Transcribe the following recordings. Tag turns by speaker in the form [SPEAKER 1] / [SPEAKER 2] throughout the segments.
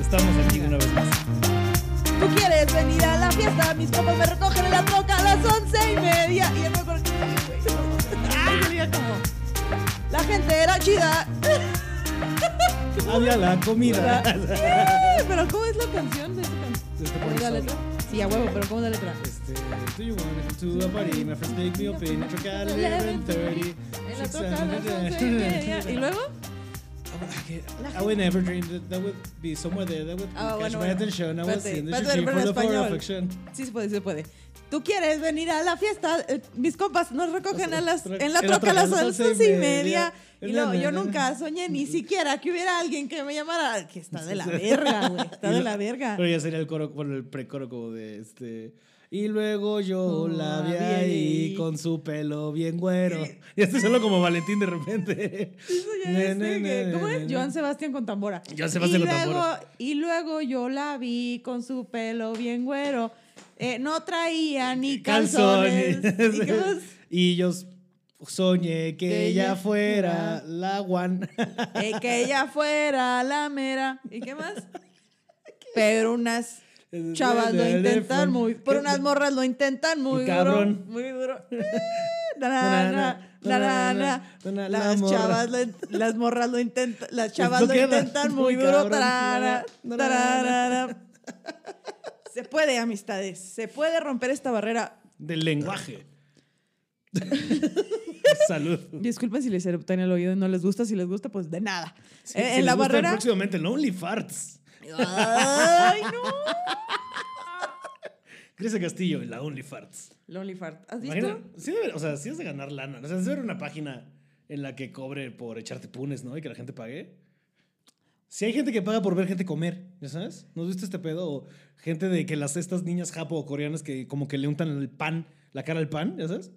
[SPEAKER 1] estamos aquí una vez más.
[SPEAKER 2] Tú quieres venir a la fiesta, mis compas me recogen en la troca a las once y media. Y yo me acuerdo que, güey, no.
[SPEAKER 3] Ay, salía como.
[SPEAKER 2] La gente era chida.
[SPEAKER 1] Había la comida.
[SPEAKER 2] Eh, pero ¿cómo es la canción de esta canción?
[SPEAKER 1] Este,
[SPEAKER 2] ¿Cómo es la letra? Sí, a huevo, pero ¿cómo es la letra?
[SPEAKER 1] Este, do you wanna come to a party? My friends take me up in a truck at 11:30.
[SPEAKER 3] En la troca a las once y media. ¿Y luego?
[SPEAKER 1] I would never dream that that would be somewhere there. That would
[SPEAKER 2] Ah,
[SPEAKER 1] catch
[SPEAKER 2] bueno,
[SPEAKER 1] my
[SPEAKER 2] bueno.
[SPEAKER 1] attention. I was
[SPEAKER 2] Espérate,
[SPEAKER 1] in the
[SPEAKER 2] espérate,
[SPEAKER 1] dream
[SPEAKER 2] pero
[SPEAKER 1] for
[SPEAKER 2] en
[SPEAKER 1] love or
[SPEAKER 2] español.
[SPEAKER 1] affection.
[SPEAKER 2] Sí, se puede, sí se puede. Tú quieres venir a la fiesta, eh, mis compas nos recogen a las, en la troca a las once y media. Y luego, yo nunca soñé ni siquiera que hubiera alguien que me llamara. Que está de la verga, güey. Está
[SPEAKER 1] Y
[SPEAKER 2] de
[SPEAKER 1] lo-
[SPEAKER 2] la verga.
[SPEAKER 1] Pero ya sería el coro, bueno, el precoro como de este. Y luego yo
[SPEAKER 2] Oh,
[SPEAKER 1] la vi
[SPEAKER 2] la vi
[SPEAKER 1] ahí
[SPEAKER 2] ahí.
[SPEAKER 1] con su pelo bien güero. Y este solo como Valentín de repente.
[SPEAKER 2] Eso ya
[SPEAKER 1] Ne,
[SPEAKER 2] es
[SPEAKER 1] ne,
[SPEAKER 2] de este, que-
[SPEAKER 1] ne,
[SPEAKER 2] ¿Cómo
[SPEAKER 1] ne,
[SPEAKER 2] es?
[SPEAKER 1] ne.
[SPEAKER 2] Joan Sebastián con tambora.
[SPEAKER 1] Joan Sebastián
[SPEAKER 2] y
[SPEAKER 1] con
[SPEAKER 2] luego,
[SPEAKER 1] tambora.
[SPEAKER 2] Y luego yo la vi con su pelo bien güero. Eh, no traía ni calzones. ¿Y qué más?
[SPEAKER 1] Y yo s- soñé que,
[SPEAKER 2] Que
[SPEAKER 1] ella
[SPEAKER 2] ella
[SPEAKER 1] fuera la one.
[SPEAKER 2] Eh, que ella fuera la mera. ¿Y qué más? Pero unas chavas lo intentan muy... Por unas morras lo intentan muy
[SPEAKER 1] Cabrón.
[SPEAKER 2] duro. Muy duro. Eh, na, na, na, na, na, na.
[SPEAKER 1] Na, na, na,
[SPEAKER 2] Las
[SPEAKER 1] morra.
[SPEAKER 2] chavas, lo in- las morras lo intentan... Las chavas
[SPEAKER 1] Esto
[SPEAKER 2] lo
[SPEAKER 1] queda
[SPEAKER 2] intentan muy
[SPEAKER 1] muy
[SPEAKER 2] duro.
[SPEAKER 1] cabrón.
[SPEAKER 2] Tarara,
[SPEAKER 1] Na, na,
[SPEAKER 2] tarara, Se puede, amistades. Se puede romper esta barrera.
[SPEAKER 1] Del lenguaje. Salud.
[SPEAKER 2] Disculpen si les erupta en el oído y no les gusta. Si les gusta, pues de nada.
[SPEAKER 1] Sí,
[SPEAKER 2] Eh,
[SPEAKER 1] si
[SPEAKER 2] en
[SPEAKER 1] les gusta
[SPEAKER 2] la
[SPEAKER 1] el
[SPEAKER 2] barrera...
[SPEAKER 1] Próximamente, no Only Farts.
[SPEAKER 2] ¡Ay, no!
[SPEAKER 1] Crece Castillo en la Only Farts.
[SPEAKER 2] Lonely Fart. ¿Has visto?
[SPEAKER 1] Imagina, sí debe- o sea, sí es de ganar lana. O sea, debe haber una página en la que cobre por echarte punes, ¿no? Y que la gente pague. Si hay gente que paga por ver gente comer, ¿ya sabes? ¿No has visto este pedo? O gente de que las estas niñas japo o coreanas que como que le untan el pan, la cara al pan, ¿ya sabes?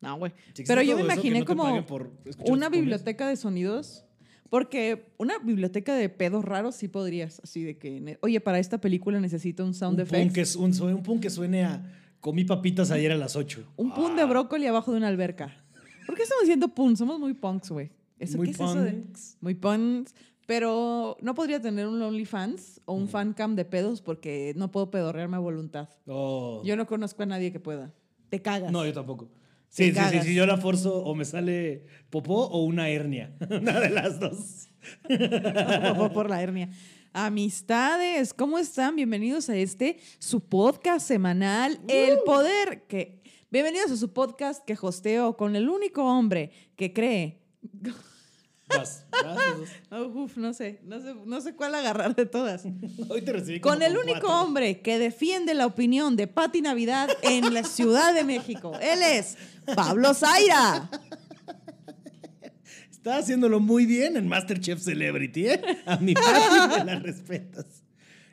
[SPEAKER 2] No, güey.
[SPEAKER 1] Si existe
[SPEAKER 2] Pero yo me
[SPEAKER 1] todo eso, que
[SPEAKER 2] imaginé
[SPEAKER 1] no te
[SPEAKER 2] como
[SPEAKER 1] paguen por escuchar
[SPEAKER 2] una
[SPEAKER 1] tus punes.
[SPEAKER 2] biblioteca de sonidos. Porque una biblioteca de pedos raros sí podrías. Así de que, ne- oye, para esta película necesito un sound
[SPEAKER 1] Un pun,
[SPEAKER 2] effect.
[SPEAKER 1] que, su- un, su- un pun que suene a comí papitas ayer a las 8.
[SPEAKER 2] Un pun
[SPEAKER 1] Ah.
[SPEAKER 2] de brócoli abajo de una alberca. ¿Por qué estamos diciendo pun? Somos muy punks, güey. ¿Eso,
[SPEAKER 1] Muy
[SPEAKER 2] ¿Qué es eso de?
[SPEAKER 1] punks.
[SPEAKER 2] Muy punks. Pero no podría tener un OnlyFans o un
[SPEAKER 1] Mm.
[SPEAKER 2] fan cam de pedos porque no puedo pedorrearme a voluntad.
[SPEAKER 1] Oh.
[SPEAKER 2] Yo no conozco a nadie que pueda. Te cagas.
[SPEAKER 1] No, yo tampoco.
[SPEAKER 2] Te
[SPEAKER 1] Sí, sí, sí,
[SPEAKER 2] cagas.
[SPEAKER 1] sí, yo la forzo o me sale popó o una hernia. una de las dos.
[SPEAKER 2] por, por la hernia. Amistades, ¿cómo están? Bienvenidos a este, su podcast semanal, El Poder. Que, bienvenidos a su podcast que hosteo con el único hombre que cree.
[SPEAKER 1] Vas, vas, vas.
[SPEAKER 2] Oh, uf, no sé, no sé, no sé cuál agarrar de todas.
[SPEAKER 1] Hoy te recibí como
[SPEAKER 2] Con el único
[SPEAKER 1] cuatro.
[SPEAKER 2] hombre que defiende la opinión de Pati Navidad en la Ciudad de México. Él es Pablo Zaira.
[SPEAKER 1] Está haciéndolo muy bien en Masterchef Celebrity, ¿eh? A mi Pati me las respetas.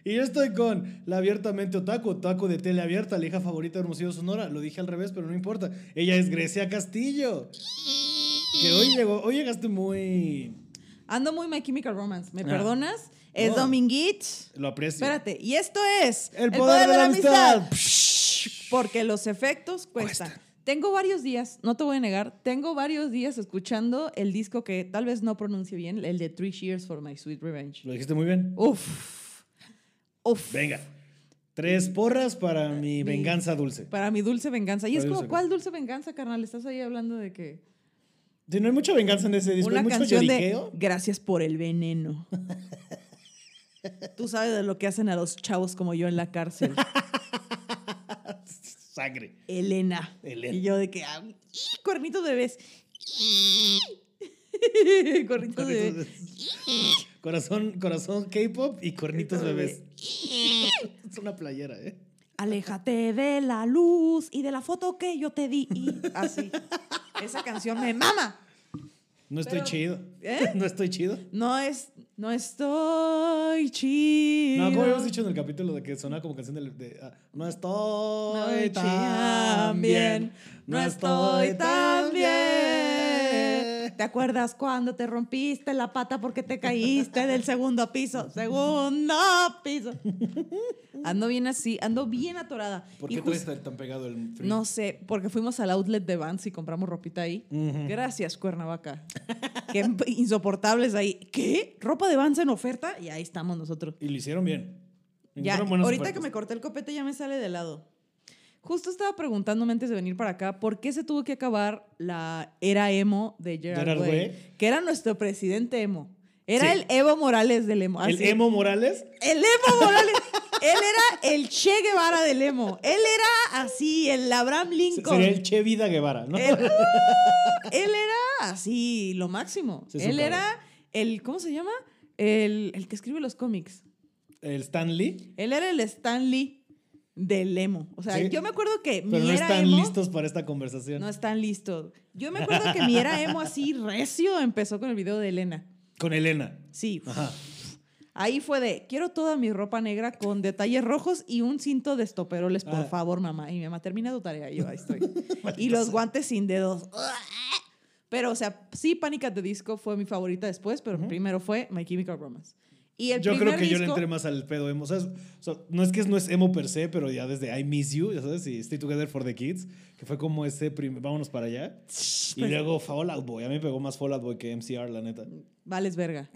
[SPEAKER 1] Y yo estoy con la abiertamente otaku, otaku de tele abierta, la hija favorita de Hermosillo Sonora. Lo dije al revés, pero no importa. Ella es Grecia Castillo. Que hoy llegó, hoy llegaste muy...
[SPEAKER 2] Ando muy My Chemical Romance, ¿me
[SPEAKER 1] Ah.
[SPEAKER 2] perdonas? Es
[SPEAKER 1] No.
[SPEAKER 2] Dominguich.
[SPEAKER 1] Lo aprecio.
[SPEAKER 2] Espérate, y esto es
[SPEAKER 1] El, poder, de la amistad.
[SPEAKER 2] Porque los efectos cuestan. Tengo varios días, no te voy a negar, tengo varios días escuchando el disco que tal vez no pronuncie bien, el de Three Cheers for My Sweet Revenge.
[SPEAKER 1] Lo dijiste muy bien.
[SPEAKER 2] Uf. Uf.
[SPEAKER 1] Venga. Tres porras para mi venganza dulce.
[SPEAKER 2] Para mi dulce venganza. Y
[SPEAKER 1] Para
[SPEAKER 2] es como,
[SPEAKER 1] dulce.
[SPEAKER 2] ¿cuál dulce venganza, carnal? Estás ahí hablando de que
[SPEAKER 1] Si no hay mucha venganza en ese disco, hay
[SPEAKER 2] una
[SPEAKER 1] mucho
[SPEAKER 2] canción de
[SPEAKER 1] lloriqueo.
[SPEAKER 2] Gracias por el veneno. Tú sabes de lo que hacen a los chavos como yo en la cárcel.
[SPEAKER 1] Sangre.
[SPEAKER 2] Elena.
[SPEAKER 1] Elena.
[SPEAKER 2] Y yo de que, ah, ¡ih! cuernitos bebés. cuernitos
[SPEAKER 1] Cuernitos
[SPEAKER 2] bebés.
[SPEAKER 1] bebés. Corazón, corazón K-pop y cornitos bebés. Es una playera, ¿eh?
[SPEAKER 2] Aléjate de la luz y de la foto que yo te di. Y así. Esa canción me mama.
[SPEAKER 1] No estoy
[SPEAKER 2] Pero-
[SPEAKER 1] chido.
[SPEAKER 2] ¿Eh?
[SPEAKER 1] No estoy chido.
[SPEAKER 2] No es, no estoy chido.
[SPEAKER 1] No, como habíamos dicho en el capítulo de que sonaba como canción de. de, ah, no
[SPEAKER 2] No
[SPEAKER 1] estoy
[SPEAKER 2] estoy
[SPEAKER 1] tan bien.
[SPEAKER 2] bien, no estoy tan bien. ¿Te acuerdas cuando te rompiste la pata porque te caíste del segundo piso? Segundo piso. Ando bien así, ando bien atorada.
[SPEAKER 1] ¿Por
[SPEAKER 2] Y
[SPEAKER 1] qué
[SPEAKER 2] jus-
[SPEAKER 1] traes tan- tan pegado el frío?
[SPEAKER 2] No sé, porque fuimos al outlet de Vans y compramos ropita ahí.
[SPEAKER 1] Ujú.
[SPEAKER 2] Gracias, Cuernavaca. Qué insoportables ahí. ¿Qué? ¿Ropa de Vans en oferta? Y ahí estamos nosotros.
[SPEAKER 1] Y lo hicieron bien.
[SPEAKER 2] Ya,
[SPEAKER 1] Encontraron
[SPEAKER 2] ahorita
[SPEAKER 1] buenas
[SPEAKER 2] que me
[SPEAKER 1] ofertas.
[SPEAKER 2] corté el copete ya me sale de lado. Justo estaba preguntándome antes de venir para acá por qué se tuvo que acabar la era emo de Gerard,
[SPEAKER 1] Gerard
[SPEAKER 2] Way,
[SPEAKER 1] Way.
[SPEAKER 2] que era nuestro presidente emo. Era
[SPEAKER 1] Sí.
[SPEAKER 2] el Evo Morales del emo.
[SPEAKER 1] El
[SPEAKER 2] así.
[SPEAKER 1] Emo Morales.
[SPEAKER 2] El Evo Morales. Él era el Che Guevara del emo. Él era así, el Abraham
[SPEAKER 1] se-
[SPEAKER 2] Lincoln.
[SPEAKER 1] Sería el Che Vida Guevara, ¿no?
[SPEAKER 2] Él, ¡ah! Él era así, lo máximo.
[SPEAKER 1] Sí, es un
[SPEAKER 2] Él
[SPEAKER 1] cabrón.
[SPEAKER 2] era el, ¿cómo se llama? El, el que escribe los cómics.
[SPEAKER 1] El Stan Lee.
[SPEAKER 2] Él era el Stan Lee del emo. O sea,
[SPEAKER 1] Sí.
[SPEAKER 2] yo me acuerdo que mi
[SPEAKER 1] Pero no
[SPEAKER 2] era
[SPEAKER 1] están
[SPEAKER 2] emo-
[SPEAKER 1] listos para esta conversación.
[SPEAKER 2] No están listos. Yo me acuerdo que mi era emo así recio empezó con el video de Elena.
[SPEAKER 1] Con Elena.
[SPEAKER 2] Sí.
[SPEAKER 1] Ajá.
[SPEAKER 2] Ahí fue de, quiero toda mi ropa negra con detalles rojos y un cinto de estoperoles, por
[SPEAKER 1] Ah.
[SPEAKER 2] favor, mamá. Y mi mamá, termina tu tarea. Y yo, ahí estoy. y los guantes sin dedos. Pero, o sea, sí, Panic! at the Disco fue mi favorita después, pero primero fue My Chemical Romance. Y el
[SPEAKER 1] Yo creo
[SPEAKER 2] primer
[SPEAKER 1] que yo le
[SPEAKER 2] disco-
[SPEAKER 1] entré más al pedo emo. ¿sabes? O sea, no es que no es emo per se, pero ya desde I Miss You, ya sabes, y Stay Together for the Kids, que fue como ese primer, vámonos para allá. Y
[SPEAKER 2] Pues-
[SPEAKER 1] luego Fall Out Boy. A mí me pegó más Fall Out Boy que MCR, la neta.
[SPEAKER 2] Vales verga.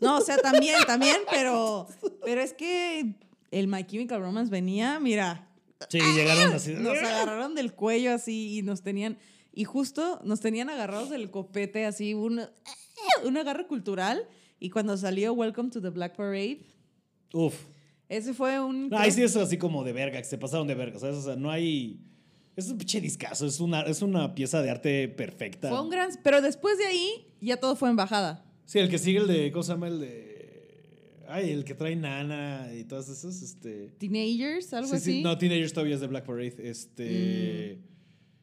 [SPEAKER 2] No, o sea, también, también, pero, pero es que el My Chemical Romance venía, mira,
[SPEAKER 1] Sí, llegaron así.
[SPEAKER 2] nos agarraron del cuello así y nos tenían, y justo nos tenían agarrados del copete así, un, un agarre cultural. Y cuando salió Welcome to the Black Parade,
[SPEAKER 1] Uf.
[SPEAKER 2] ese fue un...
[SPEAKER 1] No, ahí sí es así como de verga, que se pasaron de verga, ¿sabes? O sea, no hay... Es un pinche discazo, es una, es una pieza de arte perfecta.
[SPEAKER 2] Fue un gran... Pero después de ahí, ya todo fue embajada.
[SPEAKER 1] Sí, el que sigue el de, ¿cómo se llama? El de... Ay, el que trae Nana y todas esas, este...
[SPEAKER 2] Teenagers, algo
[SPEAKER 1] Sí,
[SPEAKER 2] así.
[SPEAKER 1] sí, No, Teenagers todavía es de Black Parade, este...
[SPEAKER 2] Mm.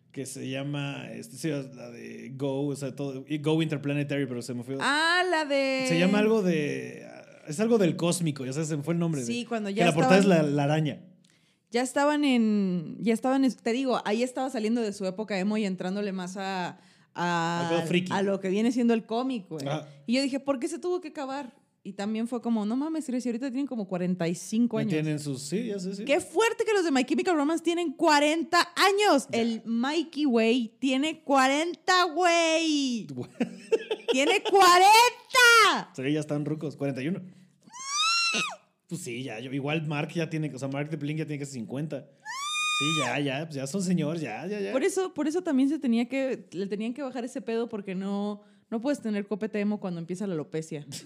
[SPEAKER 1] Que se llama, este, sí, la de Go, o sea, todo, y Go Interplanetary, pero se me fue.
[SPEAKER 2] Ah, la de...
[SPEAKER 1] se llama algo de, es algo del cósmico, ya sabes, se me fue el nombre.
[SPEAKER 2] Sí,
[SPEAKER 1] de-
[SPEAKER 2] cuando
[SPEAKER 1] que
[SPEAKER 2] ya
[SPEAKER 1] la portada es
[SPEAKER 2] estaban-
[SPEAKER 1] la, la araña.
[SPEAKER 2] Ya estaban en. Ya estaban. en- Te digo, ahí estaba saliendo de su época emo y entrándole más a.
[SPEAKER 1] Al
[SPEAKER 2] A,
[SPEAKER 1] pedo friki. Ah.
[SPEAKER 2] a lo que viene siendo el cómic, güey.
[SPEAKER 1] Ajá.
[SPEAKER 2] Y yo dije, ¿por qué se tuvo que acabar? Y también fue como, no mames, Cris, y ahorita tienen como 45
[SPEAKER 1] Ya
[SPEAKER 2] años.
[SPEAKER 1] Tienen sus, sí, ya sé, sí.
[SPEAKER 2] Qué fuerte que los de My Chemical Romance tienen 40 años. El Mikey Way tiene 40, güey. tiene 40.
[SPEAKER 1] Sí, ya están rucos, 41. Pues sí, ya, yo, igual Mark ya tiene, o sea, Mark de Blink ya tiene casi 50. Sí, ya, ya, pues ya son señores, ya, ya, ya.
[SPEAKER 2] Por eso, por eso también se tenía que, le tenían que bajar ese pedo porque no, no puedes tener copete emo cuando empieza la alopecia.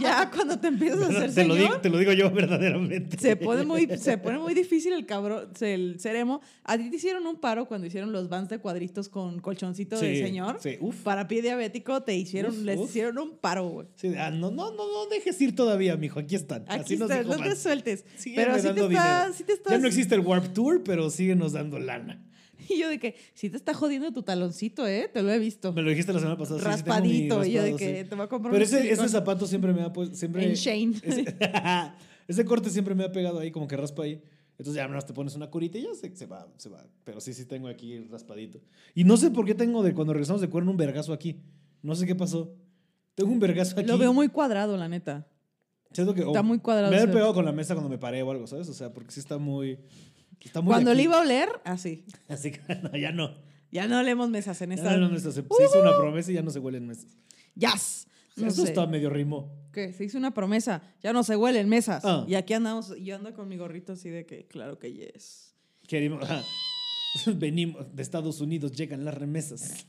[SPEAKER 2] ya cuando te empiezas a hacer
[SPEAKER 1] te, lo digo,
[SPEAKER 2] señor,
[SPEAKER 1] te lo digo yo verdaderamente.
[SPEAKER 2] se pone muy, se pone muy difícil el cabrón, el ser emo. A ti te hicieron un paro cuando hicieron los vans de cuadritos con colchoncito de
[SPEAKER 1] Sí,
[SPEAKER 2] señor.
[SPEAKER 1] Sí, uf.
[SPEAKER 2] Para pie diabético te hicieron,
[SPEAKER 1] Uf,
[SPEAKER 2] les
[SPEAKER 1] uf.
[SPEAKER 2] hicieron un paro, güey.
[SPEAKER 1] Sí, ah, no, no, no, no dejes ir todavía, mijo, aquí están.
[SPEAKER 2] Aquí
[SPEAKER 1] Así nos
[SPEAKER 2] estás,
[SPEAKER 1] dijo
[SPEAKER 2] no te
[SPEAKER 1] Mark.
[SPEAKER 2] sueltes.
[SPEAKER 1] Sígueme
[SPEAKER 2] pero sí te,
[SPEAKER 1] dando
[SPEAKER 2] está,
[SPEAKER 1] dinero.
[SPEAKER 2] sí te
[SPEAKER 1] Ya
[SPEAKER 2] estás.
[SPEAKER 1] no existe el Warp Tour, pero síguenos dando lana.
[SPEAKER 2] Y yo de que, sí te está jodiendo tu taloncito, ¿eh? Te lo he visto.
[SPEAKER 1] Me lo dijiste la semana pasada. sí, sí tengo mi
[SPEAKER 2] raspadito. y yo de
[SPEAKER 1] raspado,
[SPEAKER 2] que
[SPEAKER 1] sí.
[SPEAKER 2] te voy a comprar
[SPEAKER 1] Pero
[SPEAKER 2] un
[SPEAKER 1] ese, ese
[SPEAKER 2] silicón.
[SPEAKER 1] zapato siempre me ha pues, siempre
[SPEAKER 2] En Shane.
[SPEAKER 1] Ese, ese corte siempre me ha pegado ahí, como que raspa ahí. Entonces ya menos te pones una curita y ya se, se va, se va. Pero sí, sí tengo aquí raspadito. Y no sé por qué tengo de cuando regresamos de cuerno un vergazo aquí. No sé qué pasó. Tengo un vergazo aquí.
[SPEAKER 2] Lo veo muy cuadrado, la neta.
[SPEAKER 1] Siento que, o
[SPEAKER 2] Está muy cuadrado.
[SPEAKER 1] Me he
[SPEAKER 2] ese-
[SPEAKER 1] pegado con la mesa cuando me paré o algo, ¿sabes? O sea, porque sí está muy... Está muy
[SPEAKER 2] Cuando le
[SPEAKER 1] aquí.
[SPEAKER 2] iba a oler, así.
[SPEAKER 1] Así que no, ya no.
[SPEAKER 2] Ya no olemos mesas en
[SPEAKER 1] Ya
[SPEAKER 2] esta.
[SPEAKER 1] no, no, se, se hizo una promesa y ya no se huelen mesas.
[SPEAKER 2] Yas. No
[SPEAKER 1] Eso
[SPEAKER 2] sé.
[SPEAKER 1] está medio rimo.
[SPEAKER 2] ¿Qué? Se hizo una promesa. Ya no se huelen mesas.
[SPEAKER 1] Ah.
[SPEAKER 2] Y aquí andamos. Yo ando con mi gorrito así de que, claro que yes.
[SPEAKER 1] Queremos. ajá. Venimos de Estados Unidos, llegan las remesas.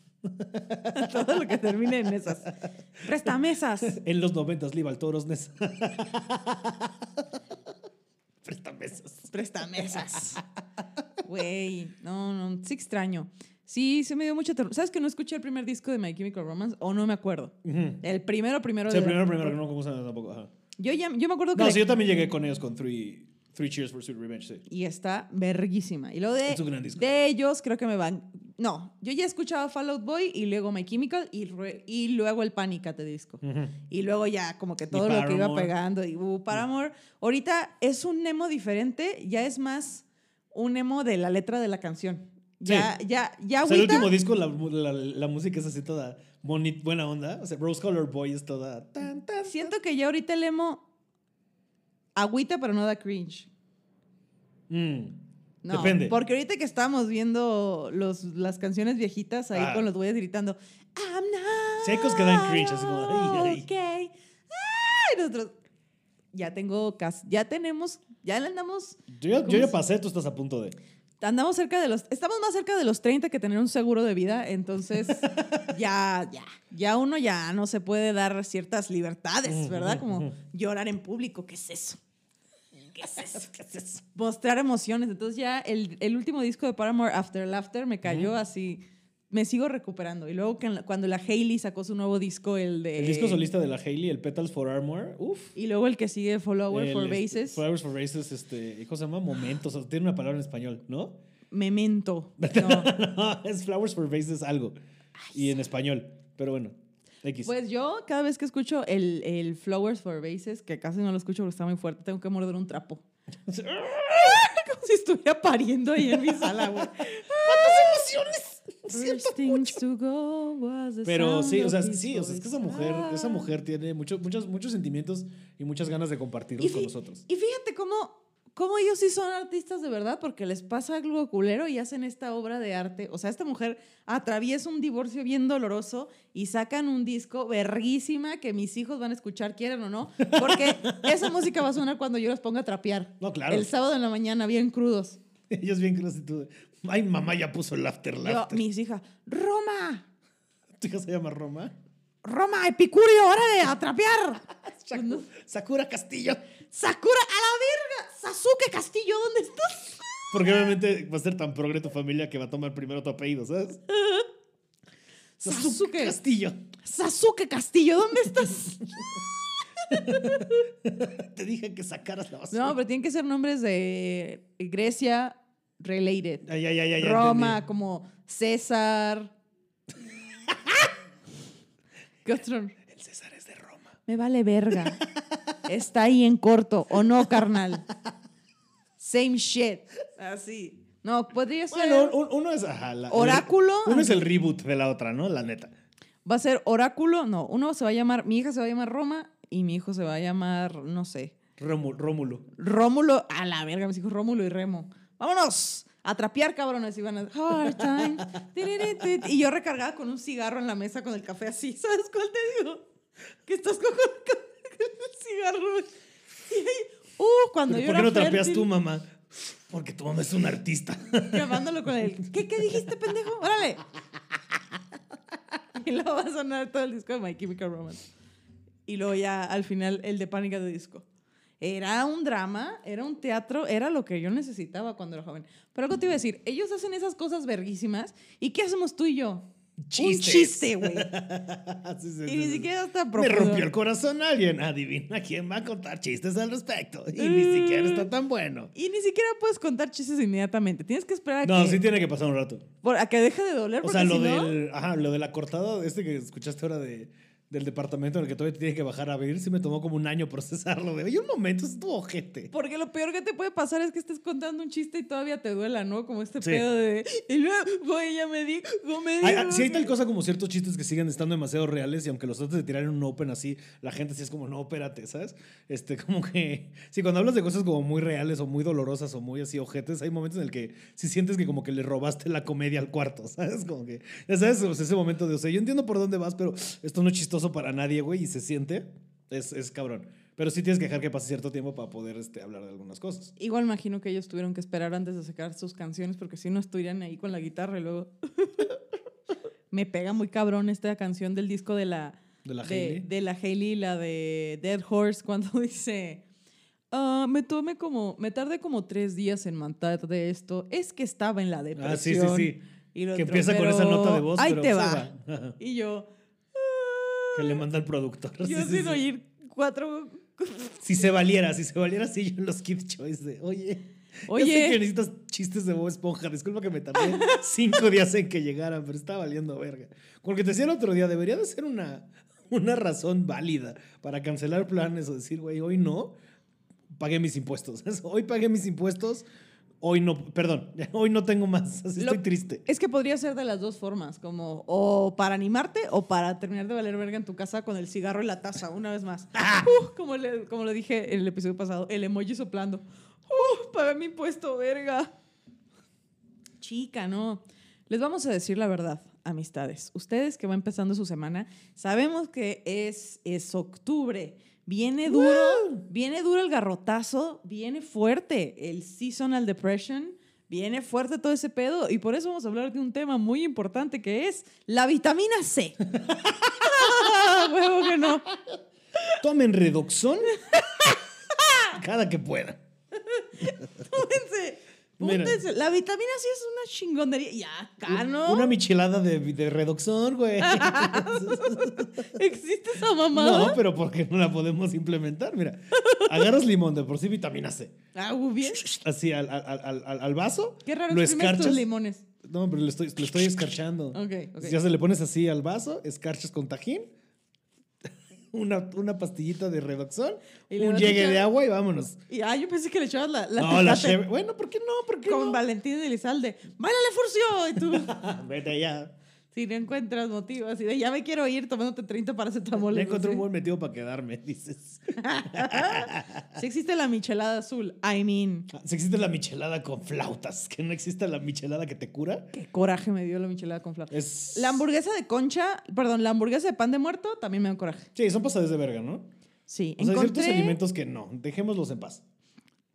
[SPEAKER 2] Todo lo que termine en mesas. Presta mesas.
[SPEAKER 1] En los 90 le iba al toros Nesa. Presta mesas.
[SPEAKER 2] Presta mesas. Güey. No, no. Sí extraño. Sí, se me dio mucho terror. ¿Sabes que no escuché el primer disco de My Chemical Romance? O no me acuerdo.
[SPEAKER 1] Ujú.
[SPEAKER 2] El primero, primero.
[SPEAKER 1] O sea,
[SPEAKER 2] de-
[SPEAKER 1] primero, primero, que no como se llama tampoco. ajá.
[SPEAKER 2] Yo, ya, yo me acuerdo que...
[SPEAKER 1] No,
[SPEAKER 2] le-
[SPEAKER 1] sí, yo también llegué con ellos con Three, three Cheers for Sweet Revenge. Sí.
[SPEAKER 2] y está verguísima. Y lo de,
[SPEAKER 1] Es un gran disco.
[SPEAKER 2] de ellos creo que me van... No, yo ya escuchaba Fall Out Boy y luego My Chemical y, re- y luego el Panic! at the Disco.
[SPEAKER 1] Ujú.
[SPEAKER 2] Y luego ya como que todo lo que iba
[SPEAKER 1] Paramore.
[SPEAKER 2] pegando y uh,
[SPEAKER 1] Mm.
[SPEAKER 2] Paramore. Ahorita es un emo diferente, ya es más un emo de la letra de la canción. Ya, ya, ya,
[SPEAKER 1] O sea, el
[SPEAKER 2] agüita.
[SPEAKER 1] último disco, la, la- la música es así toda boni- buena onda. O sea, Rose Color Boy es toda. Tan, tan,
[SPEAKER 2] Siento que ya ahorita el emo agüita, pero no da cringe.
[SPEAKER 1] Mm.
[SPEAKER 2] No,
[SPEAKER 1] Depende.
[SPEAKER 2] porque ahorita que estamos viendo los, las canciones viejitas ahí
[SPEAKER 1] Ah.
[SPEAKER 2] con los güeyes gritando, I'm not.
[SPEAKER 1] Sí, hay cosas que dan cringe, así como, ay, ay.
[SPEAKER 2] Ok. Ay, nosotros ya tengo, cas- ya tenemos, ya le andamos,
[SPEAKER 1] Yo, ya-
[SPEAKER 2] ¿Cómo
[SPEAKER 1] yo ya
[SPEAKER 2] es?
[SPEAKER 1] pasé, tú estás a punto de.
[SPEAKER 2] andamos cerca de los, estamos más cerca de los 30 que tener un seguro de vida, entonces ya, ya, ya uno ya no se puede dar ciertas libertades, ¿verdad? Como llorar en público, ¿qué es eso? ¿Qué es eso? ¿Qué es eso? Mostrar emociones. Entonces ya el, el último disco de Paramore, After Laughter, me cayó así. Me sigo recuperando. Y luego que en la- cuando la Hailey sacó su nuevo disco, el de...
[SPEAKER 1] El disco solista de la Hailey, el Petals for Armor. Uf.
[SPEAKER 2] Y luego el que sigue, Follower
[SPEAKER 1] El,
[SPEAKER 2] for
[SPEAKER 1] este,
[SPEAKER 2] Bases,
[SPEAKER 1] Flowers for Bases, este. ¿Cómo se llama? Momentos. o sea, tiene una palabra en español, ¿no?
[SPEAKER 2] Memento. No.
[SPEAKER 1] No, es Flowers for Bases algo. Y en español. Pero bueno, X.
[SPEAKER 2] Pues yo cada vez que escucho el, el Flowers for Bases, que casi no lo escucho porque está muy fuerte, tengo que morder un trapo. Como si estuviera pariendo ahí en mi sala, güey. First things to go was the
[SPEAKER 1] Pero
[SPEAKER 2] sound
[SPEAKER 1] sí, o sea,
[SPEAKER 2] of his
[SPEAKER 1] sí, o sea, es que esa
[SPEAKER 2] voice.
[SPEAKER 1] mujer, esa
[SPEAKER 2] Ah.
[SPEAKER 1] mujer tiene mucho, muchos, muchos sentimientos y muchas ganas de compartirlos
[SPEAKER 2] Y
[SPEAKER 1] con
[SPEAKER 2] fi-
[SPEAKER 1] nosotros.
[SPEAKER 2] Y fíjate cómo, cómo ellos sí son artistas de verdad, porque les pasa algo culero y hacen esta obra de arte. O sea, esta mujer atraviesa un divorcio bien doloroso y sacan un disco verguísima que mis hijos van a escuchar, quieran o no, porque esa música va a sonar cuando yo los ponga a trapear.
[SPEAKER 1] No, claro.
[SPEAKER 2] El sábado en la mañana, bien crudos.
[SPEAKER 1] Ellos bien que tú. Ay, mamá ya puso el after
[SPEAKER 2] Yo,
[SPEAKER 1] laughter.
[SPEAKER 2] mis hijas, Roma,
[SPEAKER 1] ¿Tu hija se llama Roma?
[SPEAKER 2] Pues Roma, Epicurio, órale, a trapear. No.
[SPEAKER 1] Sakura Castillo.
[SPEAKER 2] Sakura, a la verga, Sasuke Castillo, ¿dónde estás?
[SPEAKER 1] Porque obviamente va a ser tan progre tu familia que va a tomar primero tu apellido, ¿sabes?
[SPEAKER 2] Sasuke.
[SPEAKER 1] Castillo.
[SPEAKER 2] Sasuke Castillo, ¿dónde estás?
[SPEAKER 1] Te dije que sacaras la basura.
[SPEAKER 2] No, pero tienen que ser nombres de Grecia related.
[SPEAKER 1] Ay, ay, ay, ay, ya
[SPEAKER 2] Roma,
[SPEAKER 1] entendí.
[SPEAKER 2] como César. ¿Qué otro?
[SPEAKER 1] El César es de Roma.
[SPEAKER 2] Me vale verga. Está ahí en corto, ¿o no, carnal? Same shit. Así. No, podría ser...
[SPEAKER 1] Bueno, un- uno es. ajá, la-
[SPEAKER 2] ¿eh? Oráculo.
[SPEAKER 1] Uno es el reboot de la otra, ¿no? La neta.
[SPEAKER 2] Va a ser oráculo. No, uno se va a llamar... Mi hija se va a llamar Roma y mi hijo se va a llamar, no sé,
[SPEAKER 1] Rómulo. Rómulo.
[SPEAKER 2] Rómulo, a la verga, mis hijos Rómulo y Remo. Vámonos a trapear, cabrones. Iban a hard time. tiririt, Y yo recargada con un cigarro en la mesa con el café así. ¿Sabes cuál te digo? Que estás con, con- con el cigarro. Y ahí, uh, cuando
[SPEAKER 1] ¿Pero
[SPEAKER 2] yo
[SPEAKER 1] ¿Por
[SPEAKER 2] era
[SPEAKER 1] qué no trapeas
[SPEAKER 2] fértil,
[SPEAKER 1] tú, mamá? Porque tu mamá es una artista.
[SPEAKER 2] Grabándolo con el. ¿Qué, qué dijiste, pendejo? Órale. Y luego va a sonar todo el disco de My Chemical Romance. Y luego ya al final el de Pánica de Disco. Era un drama, era un teatro, era lo que yo necesitaba cuando era joven. Pero algo te iba a decir, ellos hacen esas cosas verguísimas. ¿Y qué hacemos tú y yo? Un
[SPEAKER 1] Chistes.
[SPEAKER 2] chiste, güey.
[SPEAKER 1] Ah, Sí, sí,
[SPEAKER 2] Y
[SPEAKER 1] sí,
[SPEAKER 2] ni
[SPEAKER 1] sí.
[SPEAKER 2] siquiera está
[SPEAKER 1] Me
[SPEAKER 2] profundo.
[SPEAKER 1] rompió el corazón alguien. Adivina quién va a contar chistes al respecto. Y ni
[SPEAKER 2] Mm.
[SPEAKER 1] siquiera está tan bueno.
[SPEAKER 2] Y ni siquiera puedes contar chistes inmediatamente. Tienes que esperar a,
[SPEAKER 1] No,
[SPEAKER 2] que,
[SPEAKER 1] sí tiene que pasar un rato.
[SPEAKER 2] por- a que deje de doler.
[SPEAKER 1] O
[SPEAKER 2] Porque
[SPEAKER 1] sea,
[SPEAKER 2] si
[SPEAKER 1] lo,
[SPEAKER 2] no,
[SPEAKER 1] del, ajá, lo de la cortada, este que escuchaste ahora de, del departamento en el que todavía te tiene que bajar a ver, sí me tomó como un año procesarlo. De, oye, un momento, es tu ojete.
[SPEAKER 2] Porque lo peor que te puede pasar es que estés contando un chiste y todavía te duela, ¿no? Como este
[SPEAKER 1] Sí.
[SPEAKER 2] pedo de. Y luego, güey, ya me dijo, me dijo.
[SPEAKER 1] Hay- hay- ah, sí hay
[SPEAKER 2] que-".
[SPEAKER 1] tal cosa como ciertos chistes que siguen estando demasiado reales y aunque los trates de tirar en un open así, la gente sí es como, no, espérate, ¿sabes? Este, como que... Sí, cuando hablas de cosas como muy reales o muy dolorosas o muy así ojetes, hay momentos en el que sí sientes que como que le robaste la comedia al cuarto, ¿sabes? Como que... ya ¿Sabes? O sea, ese momento de, o sea, yo entiendo por dónde vas, pero esto no es chistoso para nadie, güey, y se siente, es, es cabrón. Pero sí tienes que dejar que pase cierto tiempo para poder este, hablar de algunas cosas.
[SPEAKER 2] Igual imagino que ellos tuvieron que esperar antes de sacar sus canciones porque si no estuvieran ahí con la guitarra y luego. me pega muy cabrón esta canción del disco de la.
[SPEAKER 1] De la
[SPEAKER 2] de,
[SPEAKER 1] Hailey.
[SPEAKER 2] de la Hailey, la de Dead Horse, cuando dice. "Ah, me tomé como. Me tardé como tres días en matar de esto. Es que estaba en la depresión.
[SPEAKER 1] Ah, sí, sí, sí.
[SPEAKER 2] Y lo
[SPEAKER 1] Que
[SPEAKER 2] otro,
[SPEAKER 1] empieza con esa
[SPEAKER 2] "Pero
[SPEAKER 1] nota de voz.
[SPEAKER 2] Ahí
[SPEAKER 1] pero
[SPEAKER 2] te
[SPEAKER 1] se
[SPEAKER 2] va.
[SPEAKER 1] va.
[SPEAKER 2] Y yo.
[SPEAKER 1] que le manda al productor.
[SPEAKER 2] Yo
[SPEAKER 1] Ah, Sí, sí,
[SPEAKER 2] sin
[SPEAKER 1] sí.
[SPEAKER 2] oír cuatro.
[SPEAKER 1] Si se valiera, si se valiera así yo en los Kid Choice de, oye, oye. sé
[SPEAKER 2] Oye. Ah.
[SPEAKER 1] que necesitas chistes de Bob Esponja, disculpa que me tardé cinco días en que llegaran, pero está valiendo verga. Con lo que te decía el otro día, debería de ser una, una razón válida para cancelar planes o decir, güey, hoy no, pagué mis impuestos. Hoy pagué mis impuestos, hoy no, perdón, hoy no tengo más, así
[SPEAKER 2] Lo-
[SPEAKER 1] estoy triste.
[SPEAKER 2] Es que podría ser de las dos formas, como o para animarte o para terminar de valer verga en tu casa con el cigarro y la taza, una vez más.
[SPEAKER 1] Ah.
[SPEAKER 2] Uh, como, le, como le dije en el episodio pasado, el emoji soplando. Uh, pagué mi impuesto, verga. Chica, no. Les vamos a decir la verdad, amistades. Ustedes que van empezando su semana, sabemos que es, es octubre. Viene duro, viene duro el garrotazo, viene fuerte el seasonal depression, viene fuerte todo ese pedo y por eso vamos a hablar de un tema muy importante que es la vitamina C. Huevo que no.
[SPEAKER 1] Tomen redoxón cada que puedan.
[SPEAKER 2] Púntense,
[SPEAKER 1] Mira.
[SPEAKER 2] púntense. La vitamina C es una chingonería. Ya, acá, ¿no?
[SPEAKER 1] Una michelada de, de redoxón, güey.
[SPEAKER 2] ¿Existe esa mamada?
[SPEAKER 1] No, pero porque no la podemos implementar? Mira, agarras limón de por sí vitamina C.
[SPEAKER 2] Ah, muy bien.
[SPEAKER 1] Así al, al- al- al- al vaso.
[SPEAKER 2] Qué raro
[SPEAKER 1] lo
[SPEAKER 2] exprimes tus
[SPEAKER 1] escarchas.
[SPEAKER 2] limones.
[SPEAKER 1] No, pero lo estoy, lo estoy escarchando.
[SPEAKER 2] Ok, ok.
[SPEAKER 1] Ya se le pones así al vaso, escarchas con tajín, una, una pastillita de redoxón,
[SPEAKER 2] Y le
[SPEAKER 1] un
[SPEAKER 2] vas
[SPEAKER 1] llegue de
[SPEAKER 2] echando.
[SPEAKER 1] agua y vámonos.
[SPEAKER 2] Y, ah, yo pensé que le echabas la, la
[SPEAKER 1] no, la
[SPEAKER 2] Tecate
[SPEAKER 1] cheve- Bueno, ¿por qué no? ¿Por qué
[SPEAKER 2] con
[SPEAKER 1] no?
[SPEAKER 2] Valentín Elizalde. ¡Báilale, Furcio! Y tú,
[SPEAKER 1] Vete allá.
[SPEAKER 2] si no encuentras motivo, así de ya me quiero ir tomándote 30 paracetamol.
[SPEAKER 1] Ya
[SPEAKER 2] no
[SPEAKER 1] encontré
[SPEAKER 2] sé.
[SPEAKER 1] un buen metido para quedarme, dices.
[SPEAKER 2] Si existe la michelada azul, I mean,
[SPEAKER 1] Ah, Si existe la michelada con flautas, que no exista la michelada que te cura,
[SPEAKER 2] qué coraje me dio la michelada con flauta.
[SPEAKER 1] es...
[SPEAKER 2] La hamburguesa de concha, perdón, la hamburguesa de pan de muerto también me da coraje.
[SPEAKER 1] Sí, son pasadas de verga, ¿no?
[SPEAKER 2] Sí,
[SPEAKER 1] O sea, hay ciertos
[SPEAKER 2] encontré-
[SPEAKER 1] alimentos que no, dejémoslos en paz.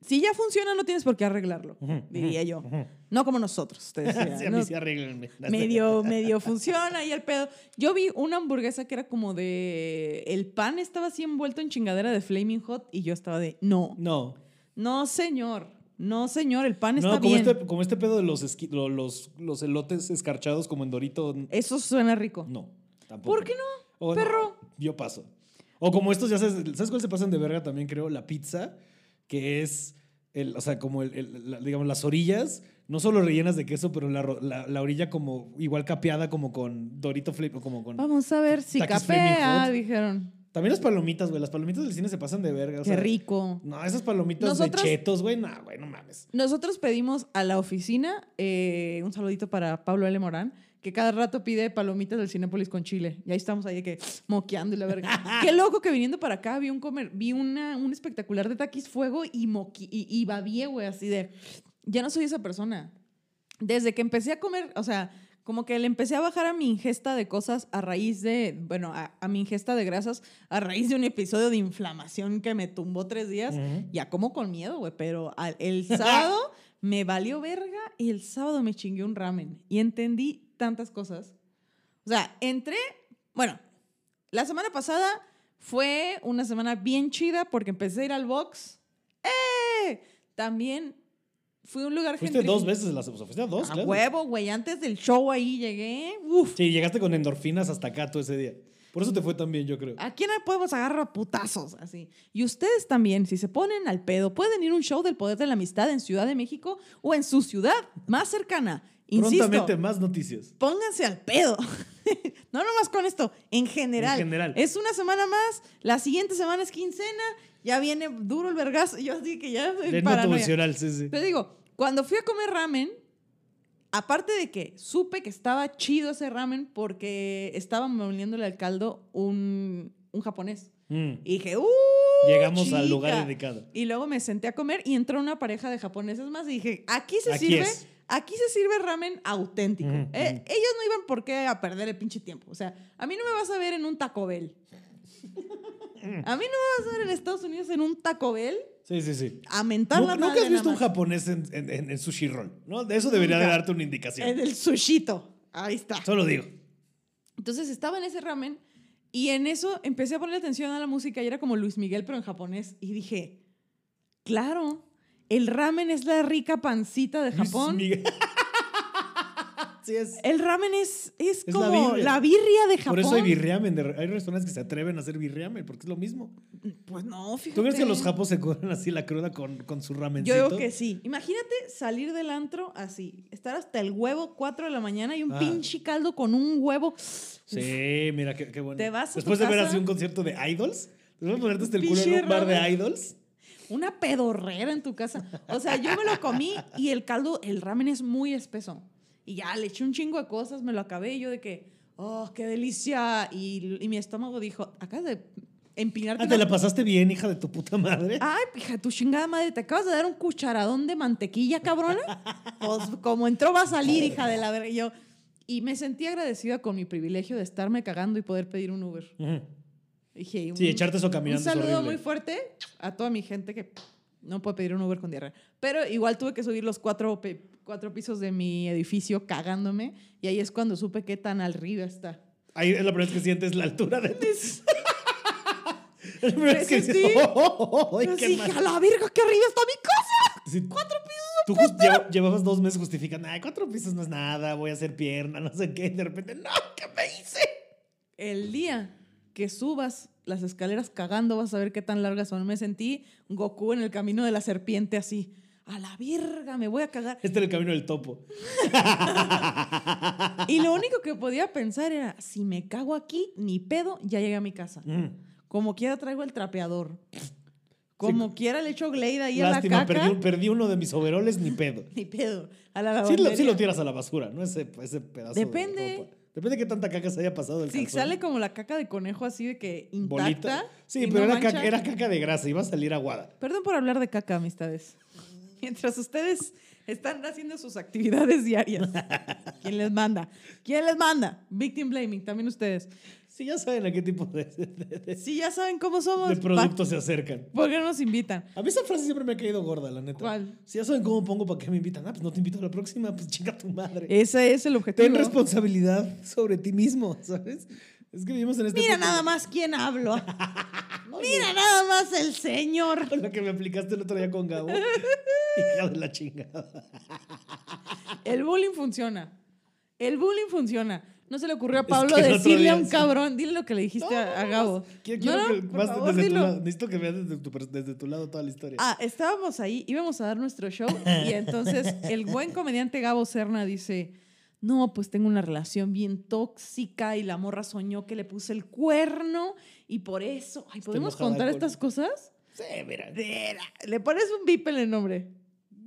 [SPEAKER 2] Si ya funciona, no tienes por qué arreglarlo, diría yo. No como nosotros, te decía,
[SPEAKER 1] Sí, a
[SPEAKER 2] ¿no?
[SPEAKER 1] mí sí arréglenme.
[SPEAKER 2] medio, medio funciona y el pedo. Yo vi una hamburguesa que era como de. El pan estaba así envuelto en chingadera de Flaming Hot y yo estaba de. No,
[SPEAKER 1] No,
[SPEAKER 2] no, señor. No, señor, el pan está
[SPEAKER 1] no como,
[SPEAKER 2] bien.
[SPEAKER 1] este, como este pedo de los, esqui- lo- los, los elotes escarchados como en Dorito,
[SPEAKER 2] Eso suena rico.
[SPEAKER 1] no, tampoco.
[SPEAKER 2] ¿Por qué no?
[SPEAKER 1] O
[SPEAKER 2] perro?
[SPEAKER 1] yo paso. O como estos, ya sabes, ¿sabes cuál se pasan de verga también, creo? La pizza, que es, el, o sea, como, el, el- la- digamos, las orillas, no solo rellenas de queso, pero la, ro- la, la orilla como igual capeada, como con Dorito Flip, o como con...
[SPEAKER 2] Vamos a ver si
[SPEAKER 1] Taquis Flaming
[SPEAKER 2] capea,
[SPEAKER 1] Hot.
[SPEAKER 2] dijeron.
[SPEAKER 1] También las palomitas, güey, las palomitas del cine se pasan de verga. o
[SPEAKER 2] Qué
[SPEAKER 1] sea,
[SPEAKER 2] rico.
[SPEAKER 1] No, esas palomitas
[SPEAKER 2] Nosotros-
[SPEAKER 1] de chetos, güey, no, güey, no mames.
[SPEAKER 2] Nosotros pedimos a la oficina eh, un saludito para Pablo L. Morán, que cada rato pide palomitas del Cinépolis con chile. Y ahí estamos ahí de que moqueando y la verga. Qué loco que viniendo para acá vi un comer, vi una, un espectacular de taquis fuego y moqui, y, y babié, güey, así de. Ya no soy esa persona. Desde que empecé a comer, o sea, como que le empecé a bajar a mi ingesta de cosas a raíz de, bueno, a, a mi ingesta de grasas a raíz de un episodio de inflamación que me tumbó tres días.
[SPEAKER 1] Ujú.
[SPEAKER 2] Ya como con miedo, güey, pero al- el sábado me valió verga y el sábado me chingué un ramen y entendí tantas cosas. O sea, entré, bueno, la semana pasada fue una semana bien chida porque empecé a ir al box. ¡Eh! También fui a un lugar
[SPEAKER 1] Fuiste dos
[SPEAKER 2] gentrifi-
[SPEAKER 1] veces la o sea, fuiste a dos,
[SPEAKER 2] A
[SPEAKER 1] claro.
[SPEAKER 2] Ah, huevo, güey, antes del show ahí llegué. Uf.
[SPEAKER 1] Sí, llegaste con endorfinas hasta acá tú ese día. Por eso te fue tan bien, yo creo.
[SPEAKER 2] ¿A quién podemos agarrar a putazos? Así. Y ustedes también, si se ponen al pedo, pueden ir a un show del Poder de la Amistad en Ciudad de México o en su ciudad más cercana. Insisto,
[SPEAKER 1] Prontamente más noticias.
[SPEAKER 2] pónganse al pedo. no nomás con esto, en general.
[SPEAKER 1] En general.
[SPEAKER 2] Es una semana más, la siguiente semana es quincena, ya viene duro el vergazo. Yo así que ya soy
[SPEAKER 1] Leen
[SPEAKER 2] paranoia.
[SPEAKER 1] motivacional, sí, sí.
[SPEAKER 2] Pero digo, cuando fui a comer ramen, aparte de que supe que estaba chido ese ramen porque estaba moliéndole al caldo un, un japonés.
[SPEAKER 1] Mm.
[SPEAKER 2] Y dije, ¡uh!
[SPEAKER 1] Llegamos al
[SPEAKER 2] chica".
[SPEAKER 1] lugar indicado.
[SPEAKER 2] Y luego me senté a comer y entró una pareja de japoneses más y dije, aquí se
[SPEAKER 1] Aquí
[SPEAKER 2] sirve,
[SPEAKER 1] es.
[SPEAKER 2] aquí se sirve ramen auténtico.
[SPEAKER 1] Ujú,
[SPEAKER 2] Eh,
[SPEAKER 1] ujú.
[SPEAKER 2] Ellos no iban por qué a perder el pinche tiempo. O sea, a mí no me vas a ver en un Taco Bell.
[SPEAKER 1] Mm.
[SPEAKER 2] A mí no me vas a ver en Estados Unidos en un Taco Bell
[SPEAKER 1] Sí, sí, sí.
[SPEAKER 2] a mentar
[SPEAKER 1] Nunca-
[SPEAKER 2] la madre
[SPEAKER 1] Nunca has visto
[SPEAKER 2] nada
[SPEAKER 1] un
[SPEAKER 2] más.
[SPEAKER 1] japonés en, en- en- en sushi roll, ¿no? De eso debería de
[SPEAKER 2] Nunca.
[SPEAKER 1] darte una indicación.
[SPEAKER 2] En el sushito. Ahí está.
[SPEAKER 1] Solo digo.
[SPEAKER 2] Entonces estaba en ese ramen y en eso empecé a ponerle atención a la música y era como Luis Miguel, pero en japonés. Y dije, claro, el ramen es la rica pancita de Japón.
[SPEAKER 1] Luis Miguel. sí, es.
[SPEAKER 2] El ramen es, es,
[SPEAKER 1] la
[SPEAKER 2] como
[SPEAKER 1] birria.
[SPEAKER 2] la birria de Japón.
[SPEAKER 1] Por eso hay birriamen. de- Hay restaurantes que se atreven a hacer birriamen porque es lo mismo.
[SPEAKER 2] Pues no, fíjate.
[SPEAKER 1] ¿Tú crees que los japos se curan así la cruda con, con su
[SPEAKER 2] Yo
[SPEAKER 1] ramencito?
[SPEAKER 2] digo que sí. Imagínate salir del antro así, estar hasta el huevo 4 de la mañana y un
[SPEAKER 1] Ah.
[SPEAKER 2] pinche caldo con un huevo.
[SPEAKER 1] Sí, mira, qué, qué bueno.
[SPEAKER 2] Te vas a tu
[SPEAKER 1] Después de ver
[SPEAKER 2] casa-
[SPEAKER 1] así un concierto de idols, te vas a ponerte hasta el culo
[SPEAKER 2] Pinche
[SPEAKER 1] en un bar de
[SPEAKER 2] ramen.
[SPEAKER 1] idols.
[SPEAKER 2] una pedorrera en tu casa. O sea, yo me lo comí y el caldo, el ramen es muy espeso. Y ya le eché un chingo de cosas, me lo acabé y yo de que, oh, qué delicia. Y, y mi estómago dijo, acá de empinarte.
[SPEAKER 1] Ah,
[SPEAKER 2] una-
[SPEAKER 1] te la pasaste bien, hija de tu puta madre.
[SPEAKER 2] Ay, pija, tu chingada madre, te acabas de dar un cucharadón de mantequilla, cabrona. Pues como entró va a salir, hija de la verga. Y yo, y me sentí agradecida con mi privilegio de estarme cagando y poder pedir un Uber.
[SPEAKER 1] Ujú.
[SPEAKER 2] Dije, y un,
[SPEAKER 1] Sí, echarte eso caminando
[SPEAKER 2] un
[SPEAKER 1] es
[SPEAKER 2] saludo
[SPEAKER 1] horrible.
[SPEAKER 2] muy fuerte a toda mi gente que no puede pedir un Uber con diarrea. Pero igual tuve que subir los cuatro, pe- cuatro pisos de mi edificio cagándome. Y ahí es cuando supe qué tan arriba está.
[SPEAKER 1] Ahí es la primera vez que sientes la altura de tu... es la primera vez que
[SPEAKER 2] Pues,
[SPEAKER 1] dices,
[SPEAKER 2] sí.
[SPEAKER 1] "Oh, oh, oh, oh, ay,
[SPEAKER 2] Yo
[SPEAKER 1] qué
[SPEAKER 2] así,
[SPEAKER 1] mal".
[SPEAKER 2] a la verga, qué arriba está mi casa.
[SPEAKER 1] Sí, Tú just- lleva- llevabas dos meses justificando, ay, cuatro pisos no es nada, voy a hacer pierna, no sé qué, y de repente, no, ¿qué me hice?
[SPEAKER 2] El día que subas las escaleras cagando, vas a ver qué tan largas son. Me sentí Goku en el camino de la serpiente así. A la verga, me voy a cagar.
[SPEAKER 1] Este era el camino del topo.
[SPEAKER 2] Y lo único que podía pensar era, si me cago aquí, ni pedo, ya llegué a mi casa.
[SPEAKER 1] Mm.
[SPEAKER 2] Como quiera traigo el trapeador. Como quiera le echo Glade ahí a
[SPEAKER 1] Lástima,
[SPEAKER 2] la caca.
[SPEAKER 1] perdí, perdí uno de mis overoles, ni pedo.
[SPEAKER 2] Ni pedo. A la
[SPEAKER 1] Sí lo,
[SPEAKER 2] lavandería.
[SPEAKER 1] sí lo tiras a la basura, ¿no? Ese, ese pedazo de
[SPEAKER 2] Depende.
[SPEAKER 1] ropa. Depende de qué tanta caca se haya pasado del
[SPEAKER 2] Sí,
[SPEAKER 1] calzón.
[SPEAKER 2] sale como la caca de conejo así de que
[SPEAKER 1] ¿eh? Bolita.
[SPEAKER 2] intacta.
[SPEAKER 1] Sí,
[SPEAKER 2] y no
[SPEAKER 1] pero era,
[SPEAKER 2] mancha.
[SPEAKER 1] caca, era caca de grasa, iba a salir aguada.
[SPEAKER 2] Perdón por hablar de caca, amistades. Mientras ustedes están haciendo sus actividades diarias. ¿Quién les manda? ¿Quién les manda? Victim blaming, también ustedes.
[SPEAKER 1] Sí, ya saben a qué tipo de, de- de-
[SPEAKER 2] Si ya saben cómo somos,
[SPEAKER 1] de
[SPEAKER 2] pa-
[SPEAKER 1] productos se acercan.
[SPEAKER 2] ¿por qué no nos invitan?
[SPEAKER 1] A mí esa frase siempre me ha caído gorda, la neta.
[SPEAKER 2] ¿Cuál?
[SPEAKER 1] Si ya saben cómo pongo para qué me invitan, ah, pues no te invito a la próxima, pues chinga tu madre.
[SPEAKER 2] Ese es el
[SPEAKER 1] Ten
[SPEAKER 2] objetivo.
[SPEAKER 1] responsabilidad sobre ti mismo, ¿sabes? Es que vivimos en este...
[SPEAKER 2] Mira
[SPEAKER 1] mundo-
[SPEAKER 2] nada más quién hablo. Mira nada más el señor.
[SPEAKER 1] Lo que me aplicaste el otro día con Gabo. Hija de la chingada.
[SPEAKER 2] El bullying funciona. El bullying funciona. No se le ocurrió a Pablo
[SPEAKER 1] que el otro
[SPEAKER 2] decirle
[SPEAKER 1] día,
[SPEAKER 2] a un
[SPEAKER 1] sí.
[SPEAKER 2] cabrón, dile lo que le dijiste a, a Gabo.
[SPEAKER 1] Quiero,
[SPEAKER 2] No,
[SPEAKER 1] quiero
[SPEAKER 2] no,
[SPEAKER 1] que
[SPEAKER 2] por
[SPEAKER 1] vas
[SPEAKER 2] favor,
[SPEAKER 1] desde tu
[SPEAKER 2] dilo.
[SPEAKER 1] lado. Necesito que veas desde tu, pers- desde tu lado toda la historia.
[SPEAKER 2] Ah, estábamos ahí, íbamos a dar nuestro show y entonces el buen comediante Gabo Serna dice, no, pues tengo una relación bien tóxica y la morra soñó que le puse el cuerno y por eso, ay, ¿podemos
[SPEAKER 1] enojada
[SPEAKER 2] contar
[SPEAKER 1] con-
[SPEAKER 2] estas cosas?
[SPEAKER 1] sí, mira.
[SPEAKER 2] Vera, Le pones un bip en el nombre.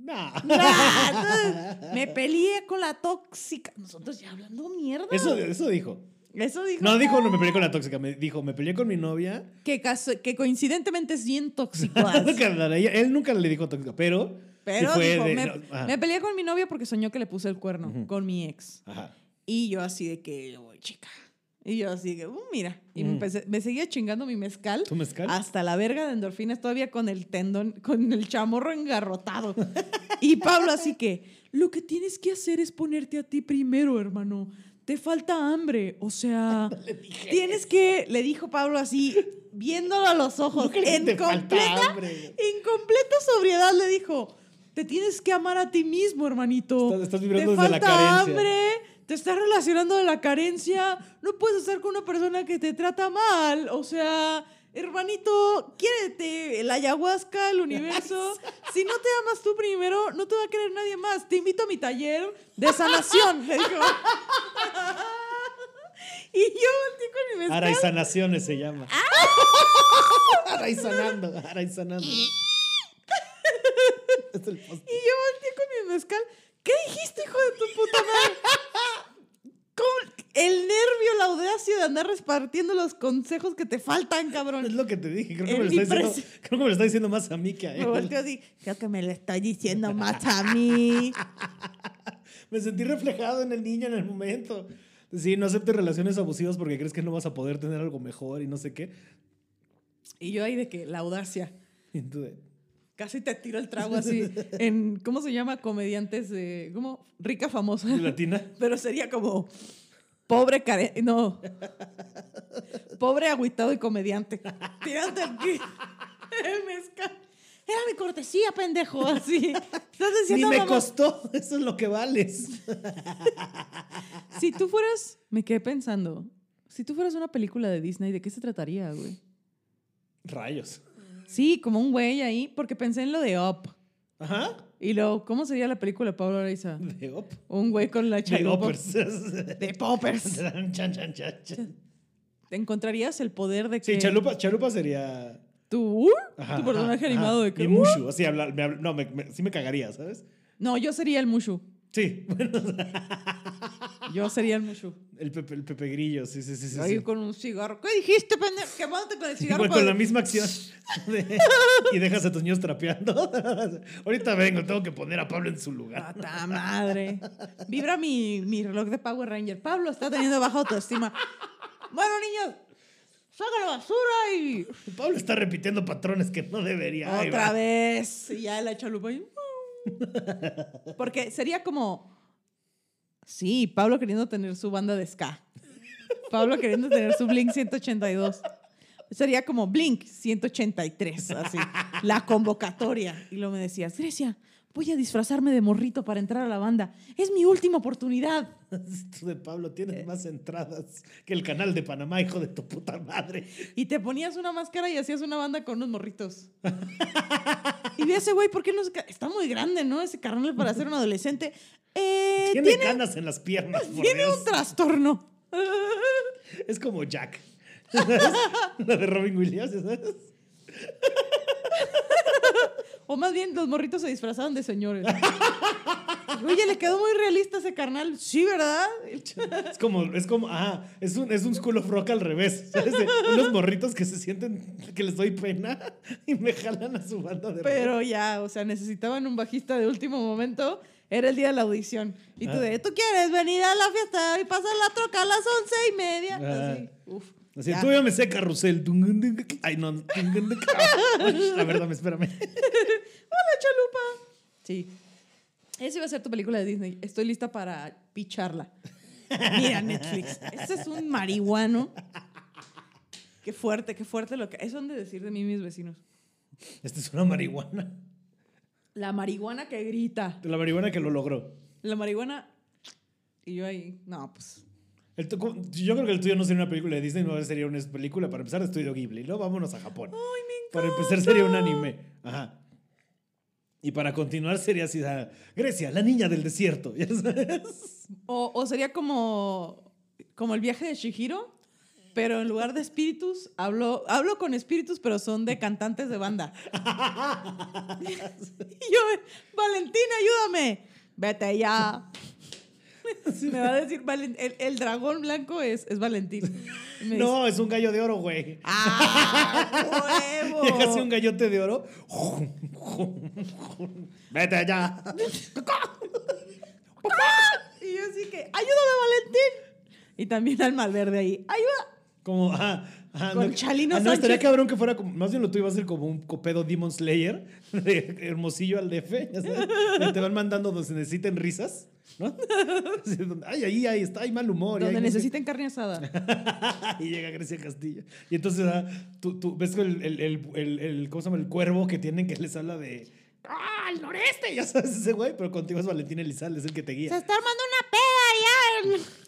[SPEAKER 1] No.
[SPEAKER 2] Ah, entonces, Me peleé con la tóxica. Nosotros ya hablando mierda.
[SPEAKER 1] Eso, eso dijo.
[SPEAKER 2] Eso dijo.
[SPEAKER 1] No dijo, no me peleé con la tóxica. Me dijo, me peleé con mi novia.
[SPEAKER 2] Que, caso- que coincidentemente es bien tóxico.
[SPEAKER 1] Nunca- ella- él nunca le dijo tóxica, pero.
[SPEAKER 2] Ah, Pero
[SPEAKER 1] sí fue
[SPEAKER 2] dijo,
[SPEAKER 1] de-
[SPEAKER 2] me,
[SPEAKER 1] no, ajá,
[SPEAKER 2] me peleé con mi novia porque soñó que le puse el cuerno
[SPEAKER 1] Ujú.
[SPEAKER 2] con mi ex.
[SPEAKER 1] ajá.
[SPEAKER 2] Y yo así de que, voy chica. Y yo así de, "Uh, mira. Y me,
[SPEAKER 1] Mm.
[SPEAKER 2] empecé- me seguía chingando mi mezcal.
[SPEAKER 1] ¿Tu mezcal?
[SPEAKER 2] Hasta la verga de endorfinas, todavía con el tendón, con el chamorro engarrotado. y Pablo así que, lo que tienes que hacer es ponerte a ti primero, hermano. Te falta hambre, o sea, tienes que, le dijo Pablo así, viéndolo a los ojos,
[SPEAKER 1] Creo que
[SPEAKER 2] en
[SPEAKER 1] te falta
[SPEAKER 2] completa
[SPEAKER 1] hambre.
[SPEAKER 2] en completa sobriedad le dijo, te tienes que amar a ti mismo, hermanito.
[SPEAKER 1] Estás- estás vibrando
[SPEAKER 2] te
[SPEAKER 1] desde la
[SPEAKER 2] falta
[SPEAKER 1] carencia".
[SPEAKER 2] hambre, te estás relacionando de la carencia, no puedes estar con una persona que te trata mal, o sea... Hermanito, quiérete, el ayahuasca, el universo. Si no te amas tú primero, no te va a querer nadie más. Te invito a mi taller de sanación, le dijo. y yo volteé con mi mezcal.
[SPEAKER 1] Araizanaciones se llama.
[SPEAKER 2] ¡Ah!
[SPEAKER 1] Araisanando, araisanando. Es el post-
[SPEAKER 2] Y yo volteé con mi mezcal. ¿Qué dijiste, hijo de tu puta madre? ¿Cómo? El nervio, la audacia de andar repartiendo los consejos que te faltan,
[SPEAKER 1] Es
[SPEAKER 2] cabrón.
[SPEAKER 1] lo que te dije. Creo que, me
[SPEAKER 2] El
[SPEAKER 1] lo está diciendo,
[SPEAKER 2] impres-
[SPEAKER 1] creo que me lo está diciendo más a mí que a
[SPEAKER 2] Me
[SPEAKER 1] él.
[SPEAKER 2] volteó así. Creo que me lo estoy diciendo más a mí.
[SPEAKER 1] Me sentí reflejado en el niño en el momento. Sí, no aceptes relaciones abusivas porque crees que no vas a poder tener algo mejor y no sé qué.
[SPEAKER 2] Y yo ahí de que la audacia.
[SPEAKER 1] Y tú de-
[SPEAKER 2] Casi te tiro el trago así. En, ¿Cómo se llama? Comediantes de. ¿Cómo? Rica famosa.
[SPEAKER 1] Latina.
[SPEAKER 2] Pero sería como. Pobre care... No. Pobre agüitado y comediante. Tirante aquí. El mezcal. Era mi cortesía, pendejo. Así. Estás
[SPEAKER 1] Ni
[SPEAKER 2] diciendo.
[SPEAKER 1] me
[SPEAKER 2] mamá,
[SPEAKER 1] costó. Eso es lo que vales.
[SPEAKER 2] Si tú fueras. Me quedé pensando. Si tú fueras una película de Disney, ¿de qué se trataría, güey?
[SPEAKER 1] Rayos.
[SPEAKER 2] Sí, como un güey ahí, porque pensé en lo de Up.
[SPEAKER 1] Ajá.
[SPEAKER 2] Y luego, ¿cómo sería la película de Pablo Araiza?
[SPEAKER 1] De op.
[SPEAKER 2] Un güey con la
[SPEAKER 1] De
[SPEAKER 2] chalupa.
[SPEAKER 1] opers.
[SPEAKER 2] De poppers.
[SPEAKER 1] Te dan chan, chan, chan, chan.
[SPEAKER 2] Te encontrarías el poder de que.
[SPEAKER 1] Sí, chalupa, chalupa sería.
[SPEAKER 2] ¿Tú?
[SPEAKER 1] Ajá,
[SPEAKER 2] Eh, ¿Tu personaje
[SPEAKER 1] ajá,
[SPEAKER 2] animado
[SPEAKER 1] ajá.
[SPEAKER 2] de uh. qué?
[SPEAKER 1] Y Mushu, así habla- me habla- no, me- me- sí me cagaría, ¿sabes?
[SPEAKER 2] No, yo sería el Mushu.
[SPEAKER 1] Sí, bueno,
[SPEAKER 2] Yo sería el Mushu.
[SPEAKER 1] el Pepe, el Pepe Grillo, sí, sí, sí, sí.
[SPEAKER 2] Ahí
[SPEAKER 1] sí.
[SPEAKER 2] con un cigarro. ¿Qué dijiste, pendejo? Quemándote con el cigarro. Pues,
[SPEAKER 1] Igual
[SPEAKER 2] por-
[SPEAKER 1] con la misma acción de- y dejas a tus niños trapeando. Ahorita vengo, tengo que poner a Pablo en su lugar.
[SPEAKER 2] ¡Pata madre! Vibra mi, mi reloj de Power Ranger. Pablo está teniendo baja autoestima. Bueno, niños, saca la basura y.
[SPEAKER 1] Pablo está repitiendo patrones que no debería. Ahí
[SPEAKER 2] Otra
[SPEAKER 1] va.
[SPEAKER 2] vez. Y ya la chalupa. ahí. Porque sería como. Sí, Pablo queriendo tener su banda de ska. Pablo queriendo tener su Blink 182. Sería como Blink 183, así. La convocatoria. Y luego me decías, Grecia, voy a disfrazarme de morrito para entrar a la banda. Es mi última oportunidad.
[SPEAKER 1] Tú de Pablo
[SPEAKER 2] Eh.
[SPEAKER 1] tienes más entradas que el canal de Panamá, hijo de tu puta madre.
[SPEAKER 2] Y te ponías una máscara y hacías una banda con unos morritos. y vi a ese güey, ¿por qué no se ca- Está muy grande, ¿no? Ese carnal para ser un adolescente. Eh,
[SPEAKER 1] Tiene,
[SPEAKER 2] tiene
[SPEAKER 1] canas en las piernas, por
[SPEAKER 2] tiene
[SPEAKER 1] Dios.
[SPEAKER 2] un trastorno.
[SPEAKER 1] Es como Jack. La de Robin Williams, ¿sabes?
[SPEAKER 2] o más bien, los morritos se disfrazaban de señores. Y, Oye, le quedó muy realista ese carnal. Sí, ¿verdad?
[SPEAKER 1] Es como, es como, ah, es un, es un School of Rock al revés. ¿sabes? De Unos morritos que se sienten que les doy pena y me jalan a su banda de rock.
[SPEAKER 2] Pero ya, o sea, necesitaban un bajista de último momento. Era el día de la audición. Y
[SPEAKER 1] Ah.
[SPEAKER 2] tú de, ¿tú quieres venir a la fiesta y pasar la troca a las once y media? Así, uf.
[SPEAKER 1] Ah. Así,
[SPEAKER 2] ya.
[SPEAKER 1] tú ya me sé carrusel. Ay, no. La verdad, espérame.
[SPEAKER 2] ¡Hola, chalupa! Sí. Esa iba a ser tu película de Disney. Estoy lista para picharla. Mira, Netflix. Este es un marihuano. Qué fuerte, qué fuerte lo que. Eso han de decir de mí mis vecinos.
[SPEAKER 1] Esta Este es una marihuana.
[SPEAKER 2] La marihuana que grita.
[SPEAKER 1] La marihuana que lo logró.
[SPEAKER 2] La marihuana. Y yo ahí. No, pues.
[SPEAKER 1] El tu- ¿cómo? yo creo que el tuyo no sería una película de Disney, no sería una película. Para empezar, estudio Ghibli, ¿no? Vámonos a Japón. Para empezar, sería un anime. Ajá. Y para continuar, sería así: ah, Grecia, la niña del desierto. ¿ya sabes?
[SPEAKER 2] O, o sería como. Como el viaje de Shihiro. Pero en lugar de espíritus, hablo, hablo con espíritus, pero son de cantantes de banda. Y yo, Valentina, ayúdame. Vete ya. Me va a decir, Valen- el, el dragón blanco es, es Valentín. Y me dice,
[SPEAKER 1] No, es un gallo de oro, güey.
[SPEAKER 2] ¡Ah, huevo!
[SPEAKER 1] Llega así un gallote de oro. Vete allá.
[SPEAKER 2] Y yo así que, ayúdame, Valentín. Y también al malverde ahí, ayuda.
[SPEAKER 1] Como, ah, ah,
[SPEAKER 2] Con Chalino
[SPEAKER 1] ah, no, estaría
[SPEAKER 2] Sánchez.
[SPEAKER 1] cabrón que fuera como, más bien lo tuyo iba a ser como un copedo Demon Slayer, de hermosillo al DF, ya sabes, que te van mandando donde se necesiten risas, ¿no? Así, donde, Ay, ahí, ahí está, hay mal humor. y
[SPEAKER 2] Donde
[SPEAKER 1] hay-
[SPEAKER 2] necesiten carne asada.
[SPEAKER 1] y llega Grecia Castillo. Y entonces, ah, tú, tú ves con el, el, el, el- el- ¿cómo se llama? El cuervo que tienen que les habla de, ¡ah, al noreste! Ya sabes ese güey, pero contigo es Valentín Elizalde, es el que te guía.
[SPEAKER 2] está armando una peda ya.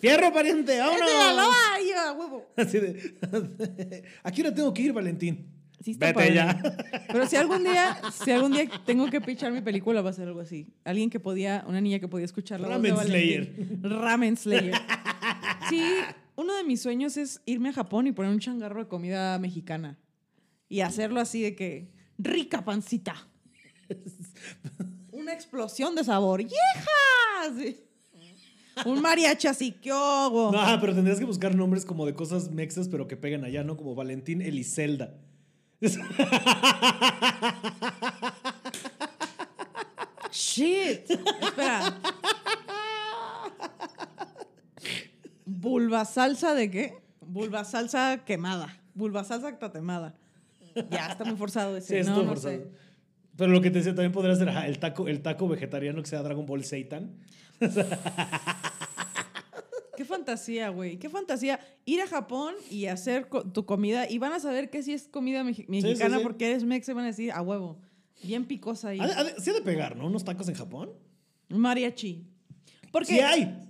[SPEAKER 1] ¡Fierro, pariente! ¡Vámonos!
[SPEAKER 2] Y yo, "A huevo.
[SPEAKER 1] Así de, ¿a qué hora tengo que ir, Valentín?
[SPEAKER 2] Sí está
[SPEAKER 1] Vete
[SPEAKER 2] padre.
[SPEAKER 1] ya.
[SPEAKER 2] Pero si algún día, si algún día tengo que pichar mi película, va a ser algo así. Alguien que podía, una niña que podía escuchar la
[SPEAKER 1] Ramen
[SPEAKER 2] voz de Valentín. Ramen Slayer. Sí, uno de mis sueños es irme a Japón y poner un changarro de comida mexicana. Y hacerlo así de que, rica pancita. Una explosión de sabor. ¡Yejas! Un mariachi así, ¿qué hago?
[SPEAKER 1] No, ah, pero tendrías que buscar nombres como de cosas mexas, pero que peguen allá, ¿no? Como Valentín Eliselda.
[SPEAKER 2] Shit. Espera. Vulva salsa de qué? Vulva salsa quemada. Vulva salsa tatemada. Ya, está muy forzado
[SPEAKER 1] Sí,
[SPEAKER 2] ese.
[SPEAKER 1] es
[SPEAKER 2] no,
[SPEAKER 1] todo
[SPEAKER 2] no
[SPEAKER 1] forzado.
[SPEAKER 2] sé.
[SPEAKER 1] Pero lo que te decía también podría ser ajá, el taco, el taco vegetariano que sea Dragon Ball Seitan.
[SPEAKER 2] Qué fantasía, güey. Qué fantasía. Ir a Japón y hacer co- tu comida y van a saber que si es comida meji-
[SPEAKER 1] sí,
[SPEAKER 2] mexicana
[SPEAKER 1] sí. Ah,
[SPEAKER 2] porque eres mexa y van a decir a huevo. Bien picosa ahí.
[SPEAKER 1] Ha de- ha de- Sí ha de pegar, ¿no? Unos tacos en Japón.
[SPEAKER 2] Mariachi. Porque
[SPEAKER 1] Sí hay.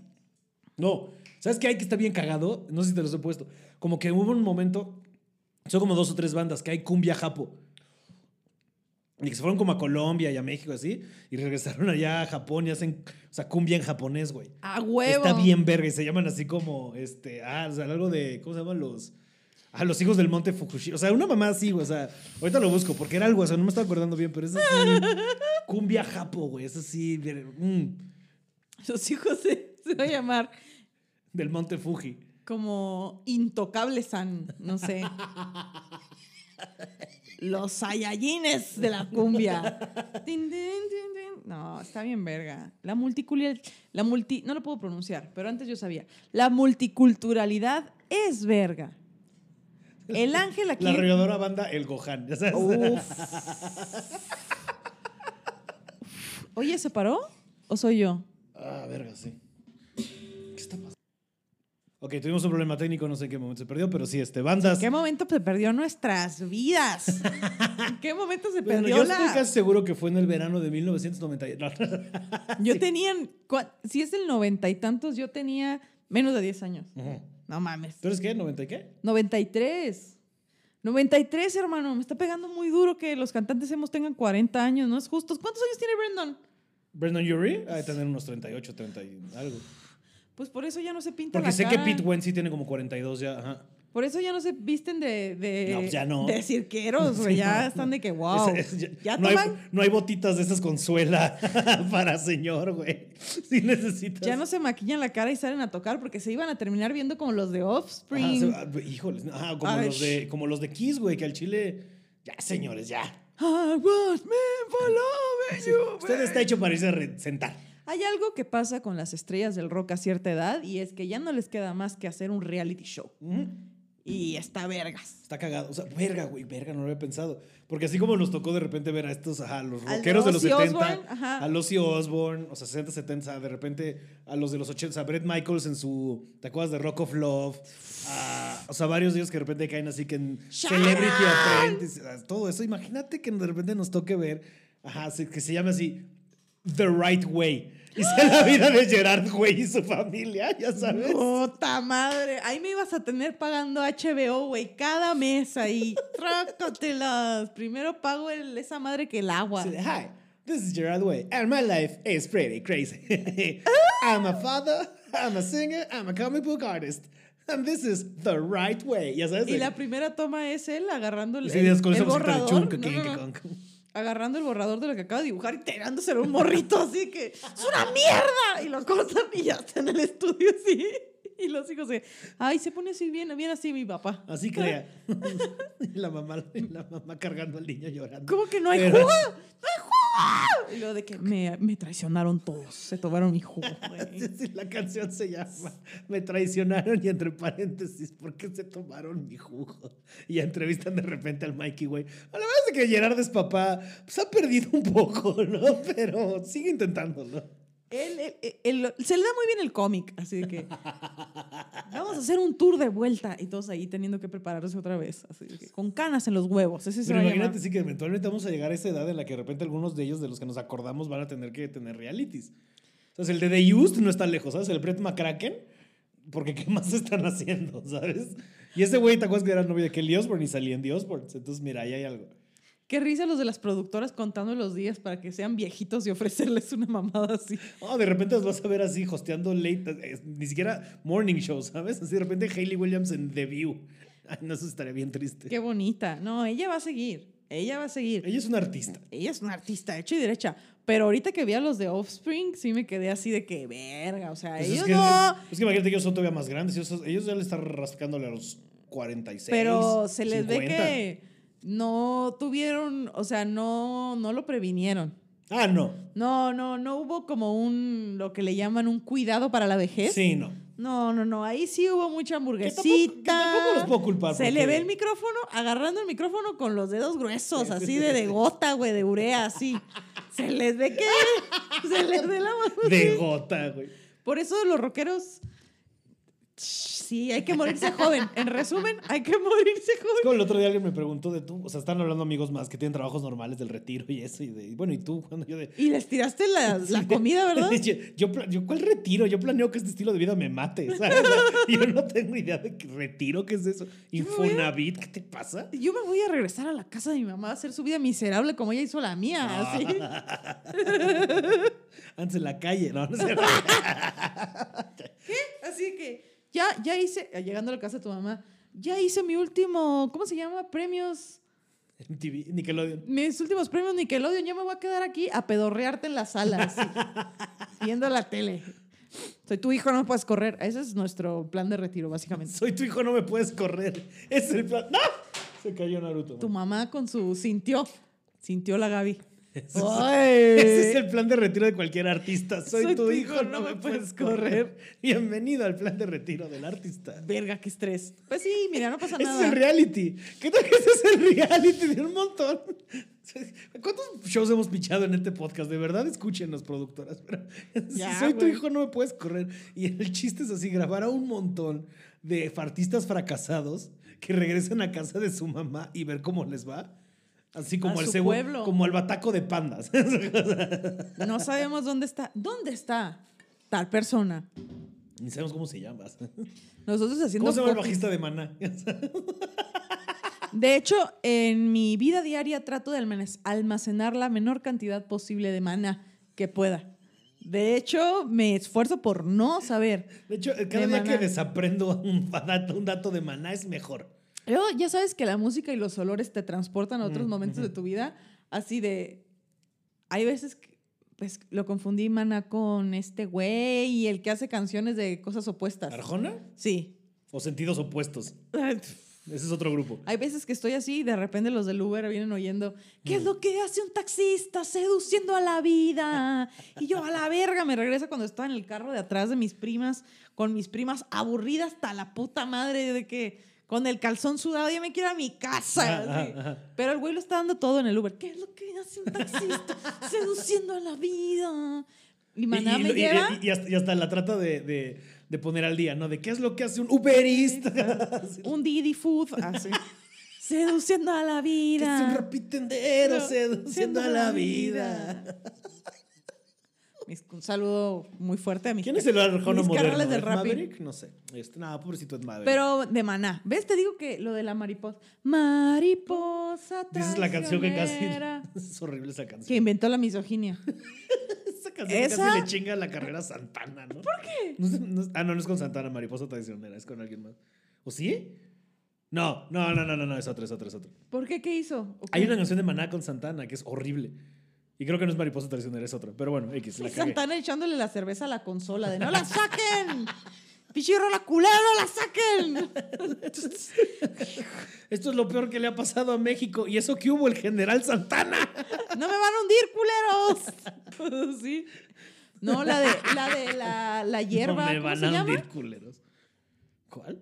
[SPEAKER 1] No. ¿Sabes qué hay que está bien cagado? No sé si te los he puesto. Como que hubo un momento, son como dos o tres bandas que hay cumbia japo. Y que se fueron como a Colombia y a México así, y regresaron allá a Japón y hacen, o sea, cumbia en japonés, güey.
[SPEAKER 2] a huevo.
[SPEAKER 1] Está bien verga y se llaman así como, este, ah, o sea, algo de, ¿cómo se llaman los? a los hijos del monte Fukushima. O sea, una mamá así, güey. O sea, ahorita lo busco porque era algo, o sea, no me estaba acordando bien, pero es así. cumbia japo, güey. Es así. de- mm,
[SPEAKER 2] Los hijos de- se va a llamar
[SPEAKER 1] del monte Fuji.
[SPEAKER 2] como Intocable San, no sé. Los Saiyajines de la cumbia. Tin, tin, tin, tin. No, está bien verga. La multiculturalidad, la multi, no lo puedo pronunciar, pero antes yo sabía. La multiculturalidad es verga. El ángel aquí. Uh.
[SPEAKER 1] La arrolladora banda El Gohan. Ya sabes.
[SPEAKER 2] Uf. Oye, ¿se paró? ¿O soy yo?
[SPEAKER 1] Ah, verga, sí. ¿Qué está pasando? Ok, tuvimos un problema técnico, no sé en qué momento se perdió, pero sí, este, bandas.
[SPEAKER 2] ¿En qué momento se perdió nuestras vidas? ¿En qué momento se
[SPEAKER 1] Bueno,
[SPEAKER 2] perdió
[SPEAKER 1] yo
[SPEAKER 2] la.?
[SPEAKER 1] estoy casi seguro que fue en el verano de 1990. No,
[SPEAKER 2] Yo tenía, en cua- si es el noventa y tantos, yo tenía menos de 10 años.
[SPEAKER 1] Ujú.
[SPEAKER 2] No mames.
[SPEAKER 1] ¿Tú eres qué? ¿90 y qué?
[SPEAKER 2] 93. 93, hermano. Me está pegando muy duro que los cantantes hemos tengan 40 años. No es justo. ¿Cuántos años tiene Brendan?
[SPEAKER 1] Brendan Urie ha de tener unos 38, 30 y algo.
[SPEAKER 2] Pues por eso ya no se pinta
[SPEAKER 1] Porque
[SPEAKER 2] la
[SPEAKER 1] sé que
[SPEAKER 2] cara.
[SPEAKER 1] Pete Wentz sí tiene como 42 ya. Ajá.
[SPEAKER 2] Por eso ya no se visten de. de
[SPEAKER 1] No, pues ya no.
[SPEAKER 2] De cirqueros, güey. Ya están de que, wow.
[SPEAKER 1] Es- es-
[SPEAKER 2] ya
[SPEAKER 1] ya- no, hay,
[SPEAKER 2] toman.
[SPEAKER 1] no hay botitas de esas con suela para señor, güey. Si necesitas.
[SPEAKER 2] Ya no se maquillan la cara y salen a tocar porque se iban a terminar viendo como los de Offspring.
[SPEAKER 1] Ajá, se- ah, híjoles, no, ajá, como,
[SPEAKER 2] Ay,
[SPEAKER 1] los de, como los de Kiss, güey, que al chile. Ya, señores, ya.
[SPEAKER 2] I was meant for loving you,
[SPEAKER 1] Usted
[SPEAKER 2] baby.
[SPEAKER 1] está hecho para irse a re- sentar.
[SPEAKER 2] Hay algo que pasa con las estrellas del rock a cierta edad y es que ya no les queda más que hacer un reality show.
[SPEAKER 1] Ujú.
[SPEAKER 2] Y está vergas.
[SPEAKER 1] Está cagado. O sea, verga, güey, verga, no lo había pensado. Porque así como nos tocó de repente ver a estos, ajá, los
[SPEAKER 2] Al
[SPEAKER 1] rockeros de los
[SPEAKER 2] Ozzy
[SPEAKER 1] 70,
[SPEAKER 2] Osbourne, ajá.
[SPEAKER 1] a Ozzy Osbourne, o sea, 60, 70, o sea, de repente a los de los 80, a Brett Michaels en su, ¿te acuerdas de Rock of Love? Ah, o sea, varios de ellos que de repente caen así que en
[SPEAKER 2] Sharon.
[SPEAKER 1] Celebrity Apprentice, ah, todo eso. Imagínate que de repente nos toque ver, ajá, se- que se llame así, The Right Way. Y
[SPEAKER 2] ¡Ah!
[SPEAKER 1] sea la vida de Gerard, güey, y su familia, ya sabes.
[SPEAKER 2] ¡Puta madre! Ahí me ibas a tener pagando HBO, güey, cada mes ahí. Trácatelas. Primero pago el- esa madre que el agua.
[SPEAKER 1] She said, Hi, this is Gerard Way, and my life is pretty crazy.
[SPEAKER 2] Ah!
[SPEAKER 1] I'm a father, I'm a singer, I'm a comic book artist, and this is the right way. Ya sabes.
[SPEAKER 2] Y la primera toma es él agarrando el,
[SPEAKER 1] Sí, es con
[SPEAKER 2] el
[SPEAKER 1] esa bolsita de
[SPEAKER 2] borrador.
[SPEAKER 1] chunca,
[SPEAKER 2] No,
[SPEAKER 1] que-
[SPEAKER 2] no,
[SPEAKER 1] que
[SPEAKER 2] no.
[SPEAKER 1] con-
[SPEAKER 2] agarrando el borrador de lo que acaba de dibujar y pegándoselo a un morrito así que es una mierda y lo cortan y ya está en el estudio así y los hijos de ay se pone así bien bien así mi papá
[SPEAKER 1] Así crea. Y la mamá, y la mamá cargando al niño llorando.
[SPEAKER 2] ¿cómo que no hay
[SPEAKER 1] Pero-
[SPEAKER 2] jugo? no hay jugo y lo de que me, me traicionaron todos se tomaron mi jugo güey.
[SPEAKER 1] Sí, La canción se llama Me traicionaron y entre paréntesis, ¿por qué se tomaron mi jugo? Y entrevistan de repente al Mikey, güey. A la verdad es que Gerard es papá, pues ha perdido un poco, ¿no? Pero sigue intentándolo.
[SPEAKER 2] Él- él- él- él- se le da muy bien el cómic así de que vamos a hacer un tour de vuelta y todos ahí teniendo que prepararse otra vez así de que, con canas en los huevos ese se
[SPEAKER 1] Pero
[SPEAKER 2] va a llamar.
[SPEAKER 1] imagínate, sí, que eventualmente vamos a llegar a esa edad en la que de repente algunos de ellos, de los que nos acordamos, van a tener que tener realities. O sea, el de The Used no está lejos, ¿sabes? El Brett McCracken, porque ¿qué más están haciendo, ¿sabes? Y ese güey, ¿te acuerdas que era novio de Kelly Osbourne y salía en The Osbournes? Entonces, mira, ahí hay algo.
[SPEAKER 2] Qué risa los de las productoras contando los días para que sean viejitos y ofrecerles una mamada así.
[SPEAKER 1] Oh, de repente los vas a ver así, hosteando late, eh, ni siquiera morning show, ¿sabes? Así de repente Hayley Williams en The View. Ay, no, eso estaría bien triste.
[SPEAKER 2] Qué bonita. No, ella va a seguir. Ella va a seguir.
[SPEAKER 1] Ella es una artista.
[SPEAKER 2] Ella es una artista hecha y derecha. Pero ahorita que vi a los de Offspring, sí me quedé así de que verga. O sea,
[SPEAKER 1] Pues
[SPEAKER 2] ellos
[SPEAKER 1] es, que,
[SPEAKER 2] no.
[SPEAKER 1] es que imagínate que ellos son todavía más grandes. Ellos, ellos ya le están rascándole a los 46.
[SPEAKER 2] Pero se les ve
[SPEAKER 1] 50.
[SPEAKER 2] que no tuvieron, o sea, no, no lo previnieron.
[SPEAKER 1] Ah, no.
[SPEAKER 2] No, no, no hubo como un, lo que le llaman un cuidado para la vejez.
[SPEAKER 1] Sí, no.
[SPEAKER 2] No, no, no. Ahí sí hubo mucha hamburguesita.
[SPEAKER 1] Que tampoco- que tampoco los puedo culpar,
[SPEAKER 2] Se
[SPEAKER 1] porque-
[SPEAKER 2] le ve el micrófono agarrando el micrófono con los dedos gruesos, así de, de gota, güey, de urea, así. Se les ve que. Se les ve la mano.
[SPEAKER 1] De gota, güey.
[SPEAKER 2] Por eso los rockeros. Sí, hay que morirse joven. En resumen, hay que morirse
[SPEAKER 1] Es
[SPEAKER 2] joven.
[SPEAKER 1] como el otro día alguien me preguntó de tú. O sea, están hablando amigos más que tienen trabajos normales del retiro y eso. Y de, y bueno, ¿y tú? Cuando yo de.
[SPEAKER 2] Y les tiraste la, la comida, ¿verdad?
[SPEAKER 1] Yo, yo pla- yo, ¿cuál retiro? Yo planeo que este estilo de vida me mate, ¿sabes? O sea, yo no tengo idea de qué retiro, ¿qué es eso?
[SPEAKER 2] Yo me voy a-
[SPEAKER 1] Infonavit, ¿qué te pasa?
[SPEAKER 2] Yo me voy a regresar a la casa de mi mamá a hacer su vida miserable como ella hizo la mía.
[SPEAKER 1] Ah.
[SPEAKER 2] así.
[SPEAKER 1] Antes en la calle, ¿no? no sé.
[SPEAKER 2] Así que ya, ya hice, llegando a la casa de tu mamá, ya hice mi último, ¿cómo se llama? Premios,
[SPEAKER 1] MTV, Nickelodeon.
[SPEAKER 2] mis últimos premios Nickelodeon, ya me voy a quedar aquí a pedorrearte en la sala, así, viendo la tele. Soy tu hijo, no puedes correr. Ese es nuestro plan de retiro, básicamente.
[SPEAKER 1] Soy tu hijo, no me puedes correr. Es el plan. ¡No! Se cayó Naruto.
[SPEAKER 2] Tu
[SPEAKER 1] man.
[SPEAKER 2] mamá con su sintió, sintió la Gaby.
[SPEAKER 1] Ese es-
[SPEAKER 2] Ay.
[SPEAKER 1] Ese es el plan de retiro de cualquier artista. Soy, tu, hijo, no me puedes correr.
[SPEAKER 2] correr.
[SPEAKER 1] Bienvenido al plan de retiro del artista.
[SPEAKER 2] Verga, qué estrés. Pues sí, mira, no pasa
[SPEAKER 1] Ese
[SPEAKER 2] nada.
[SPEAKER 1] es el reality. ¿Qué tal que ese es el reality de un montón? ¿Cuántos shows hemos pichado en este podcast? De verdad, escúchenos, productoras. Pero
[SPEAKER 2] Ya,
[SPEAKER 1] soy tu
[SPEAKER 2] güey.
[SPEAKER 1] hijo, no me puedes correr. Y el chiste es así: grabar a un montón de artistas fracasados que regresan a casa de su mamá y ver cómo les va. Así como
[SPEAKER 2] A
[SPEAKER 1] al
[SPEAKER 2] su
[SPEAKER 1] cebo-
[SPEAKER 2] pueblo.
[SPEAKER 1] como al bataco de pandas.
[SPEAKER 2] No sabemos dónde está. ¿Dónde está tal persona?
[SPEAKER 1] Ni sabemos cómo se llama.
[SPEAKER 2] Nosotros haciendo.
[SPEAKER 1] ¿Cómo se llama el
[SPEAKER 2] copy.
[SPEAKER 1] bajista de Maná?
[SPEAKER 2] De hecho, en mi vida diaria trato de almac- almacenar la menor cantidad posible de mana que pueda. De hecho, me esfuerzo por no saber.
[SPEAKER 1] De hecho, cada
[SPEAKER 2] De
[SPEAKER 1] día que
[SPEAKER 2] Maná.
[SPEAKER 1] desaprendo un dato, un dato de Maná es mejor.
[SPEAKER 2] Luego, ya sabes que la música y los olores te transportan a otros momentos de tu vida. Así de. Hay veces que. Pues lo confundí mana con este güey y el que hace canciones de cosas opuestas.
[SPEAKER 1] ¿Arjona?
[SPEAKER 2] Sí.
[SPEAKER 1] O sentidos opuestos. Ese es otro grupo.
[SPEAKER 2] Hay veces que estoy así y de repente los del Uber vienen oyendo, ¿qué es lo que hace un taxista seduciendo a la vida? Y yo a la verga me regreso cuando estaba en el carro de atrás de mis primas, con mis primas aburridas hasta la puta madre de que con el calzón sudado ya me quiero ir a mi
[SPEAKER 1] Ah,
[SPEAKER 2] casa. así. Pero el güey lo está dando todo en el Uber. ¿Qué es lo que hace un taxista seduciendo a la vida? Y Maná
[SPEAKER 1] y, y-
[SPEAKER 2] me
[SPEAKER 1] y-
[SPEAKER 2] lleva.
[SPEAKER 1] y- y hasta, y hasta la trata de, de- de poner al día, ¿no? De qué es lo que hace un uberista.
[SPEAKER 2] un Didi Food, así. Seduciendo a la
[SPEAKER 1] que
[SPEAKER 2] vida.
[SPEAKER 1] es un rapitendero
[SPEAKER 2] No,
[SPEAKER 1] seduciendo a la vida.
[SPEAKER 2] Mis- Un saludo muy fuerte a mis
[SPEAKER 1] ¿Quién es el arjona
[SPEAKER 2] mis
[SPEAKER 1] moderno?
[SPEAKER 2] carnales del
[SPEAKER 1] ¿Es
[SPEAKER 2] rap.
[SPEAKER 1] Maverick? No sé. Este, nada, pobrecito es Maverick.
[SPEAKER 2] Pero de maná. ¿Ves? Te digo que lo de la mariposa. Mariposa
[SPEAKER 1] Dices la canción que casi...
[SPEAKER 2] traicionera.
[SPEAKER 1] Es horrible esa canción.
[SPEAKER 2] Que inventó la misoginia.
[SPEAKER 1] Esa canción
[SPEAKER 2] ¿Esa?
[SPEAKER 1] casi le chinga la carrera a Santana, ¿no? ¿Por qué? ah, no, no es con Santana, Mariposa Tradicionera, es con alguien más. ¿O sí? No, no, no, no, no, no, es otra, es otra, es otra.
[SPEAKER 2] ¿Por qué? ¿Qué hizo? ¿O
[SPEAKER 1] Hay
[SPEAKER 2] qué?
[SPEAKER 1] una canción de Maná con Santana que es horrible. Y creo que no es Mariposa Tradicionera, es otra. Pero bueno, X, la
[SPEAKER 2] Y
[SPEAKER 1] cagué.
[SPEAKER 2] Santana echándole la cerveza a la consola de no la saquen. Pichirro la culera, no la saquen.
[SPEAKER 1] Esto es lo peor que le ha pasado a México. Y eso que hubo el general Santana.
[SPEAKER 2] No me van a hundir, culeros. Pues sí. No, la de la, de la, la hierba.
[SPEAKER 1] no me
[SPEAKER 2] ¿cómo
[SPEAKER 1] van
[SPEAKER 2] se
[SPEAKER 1] a
[SPEAKER 2] llama?
[SPEAKER 1] hundir, culeros. ¿Cuál?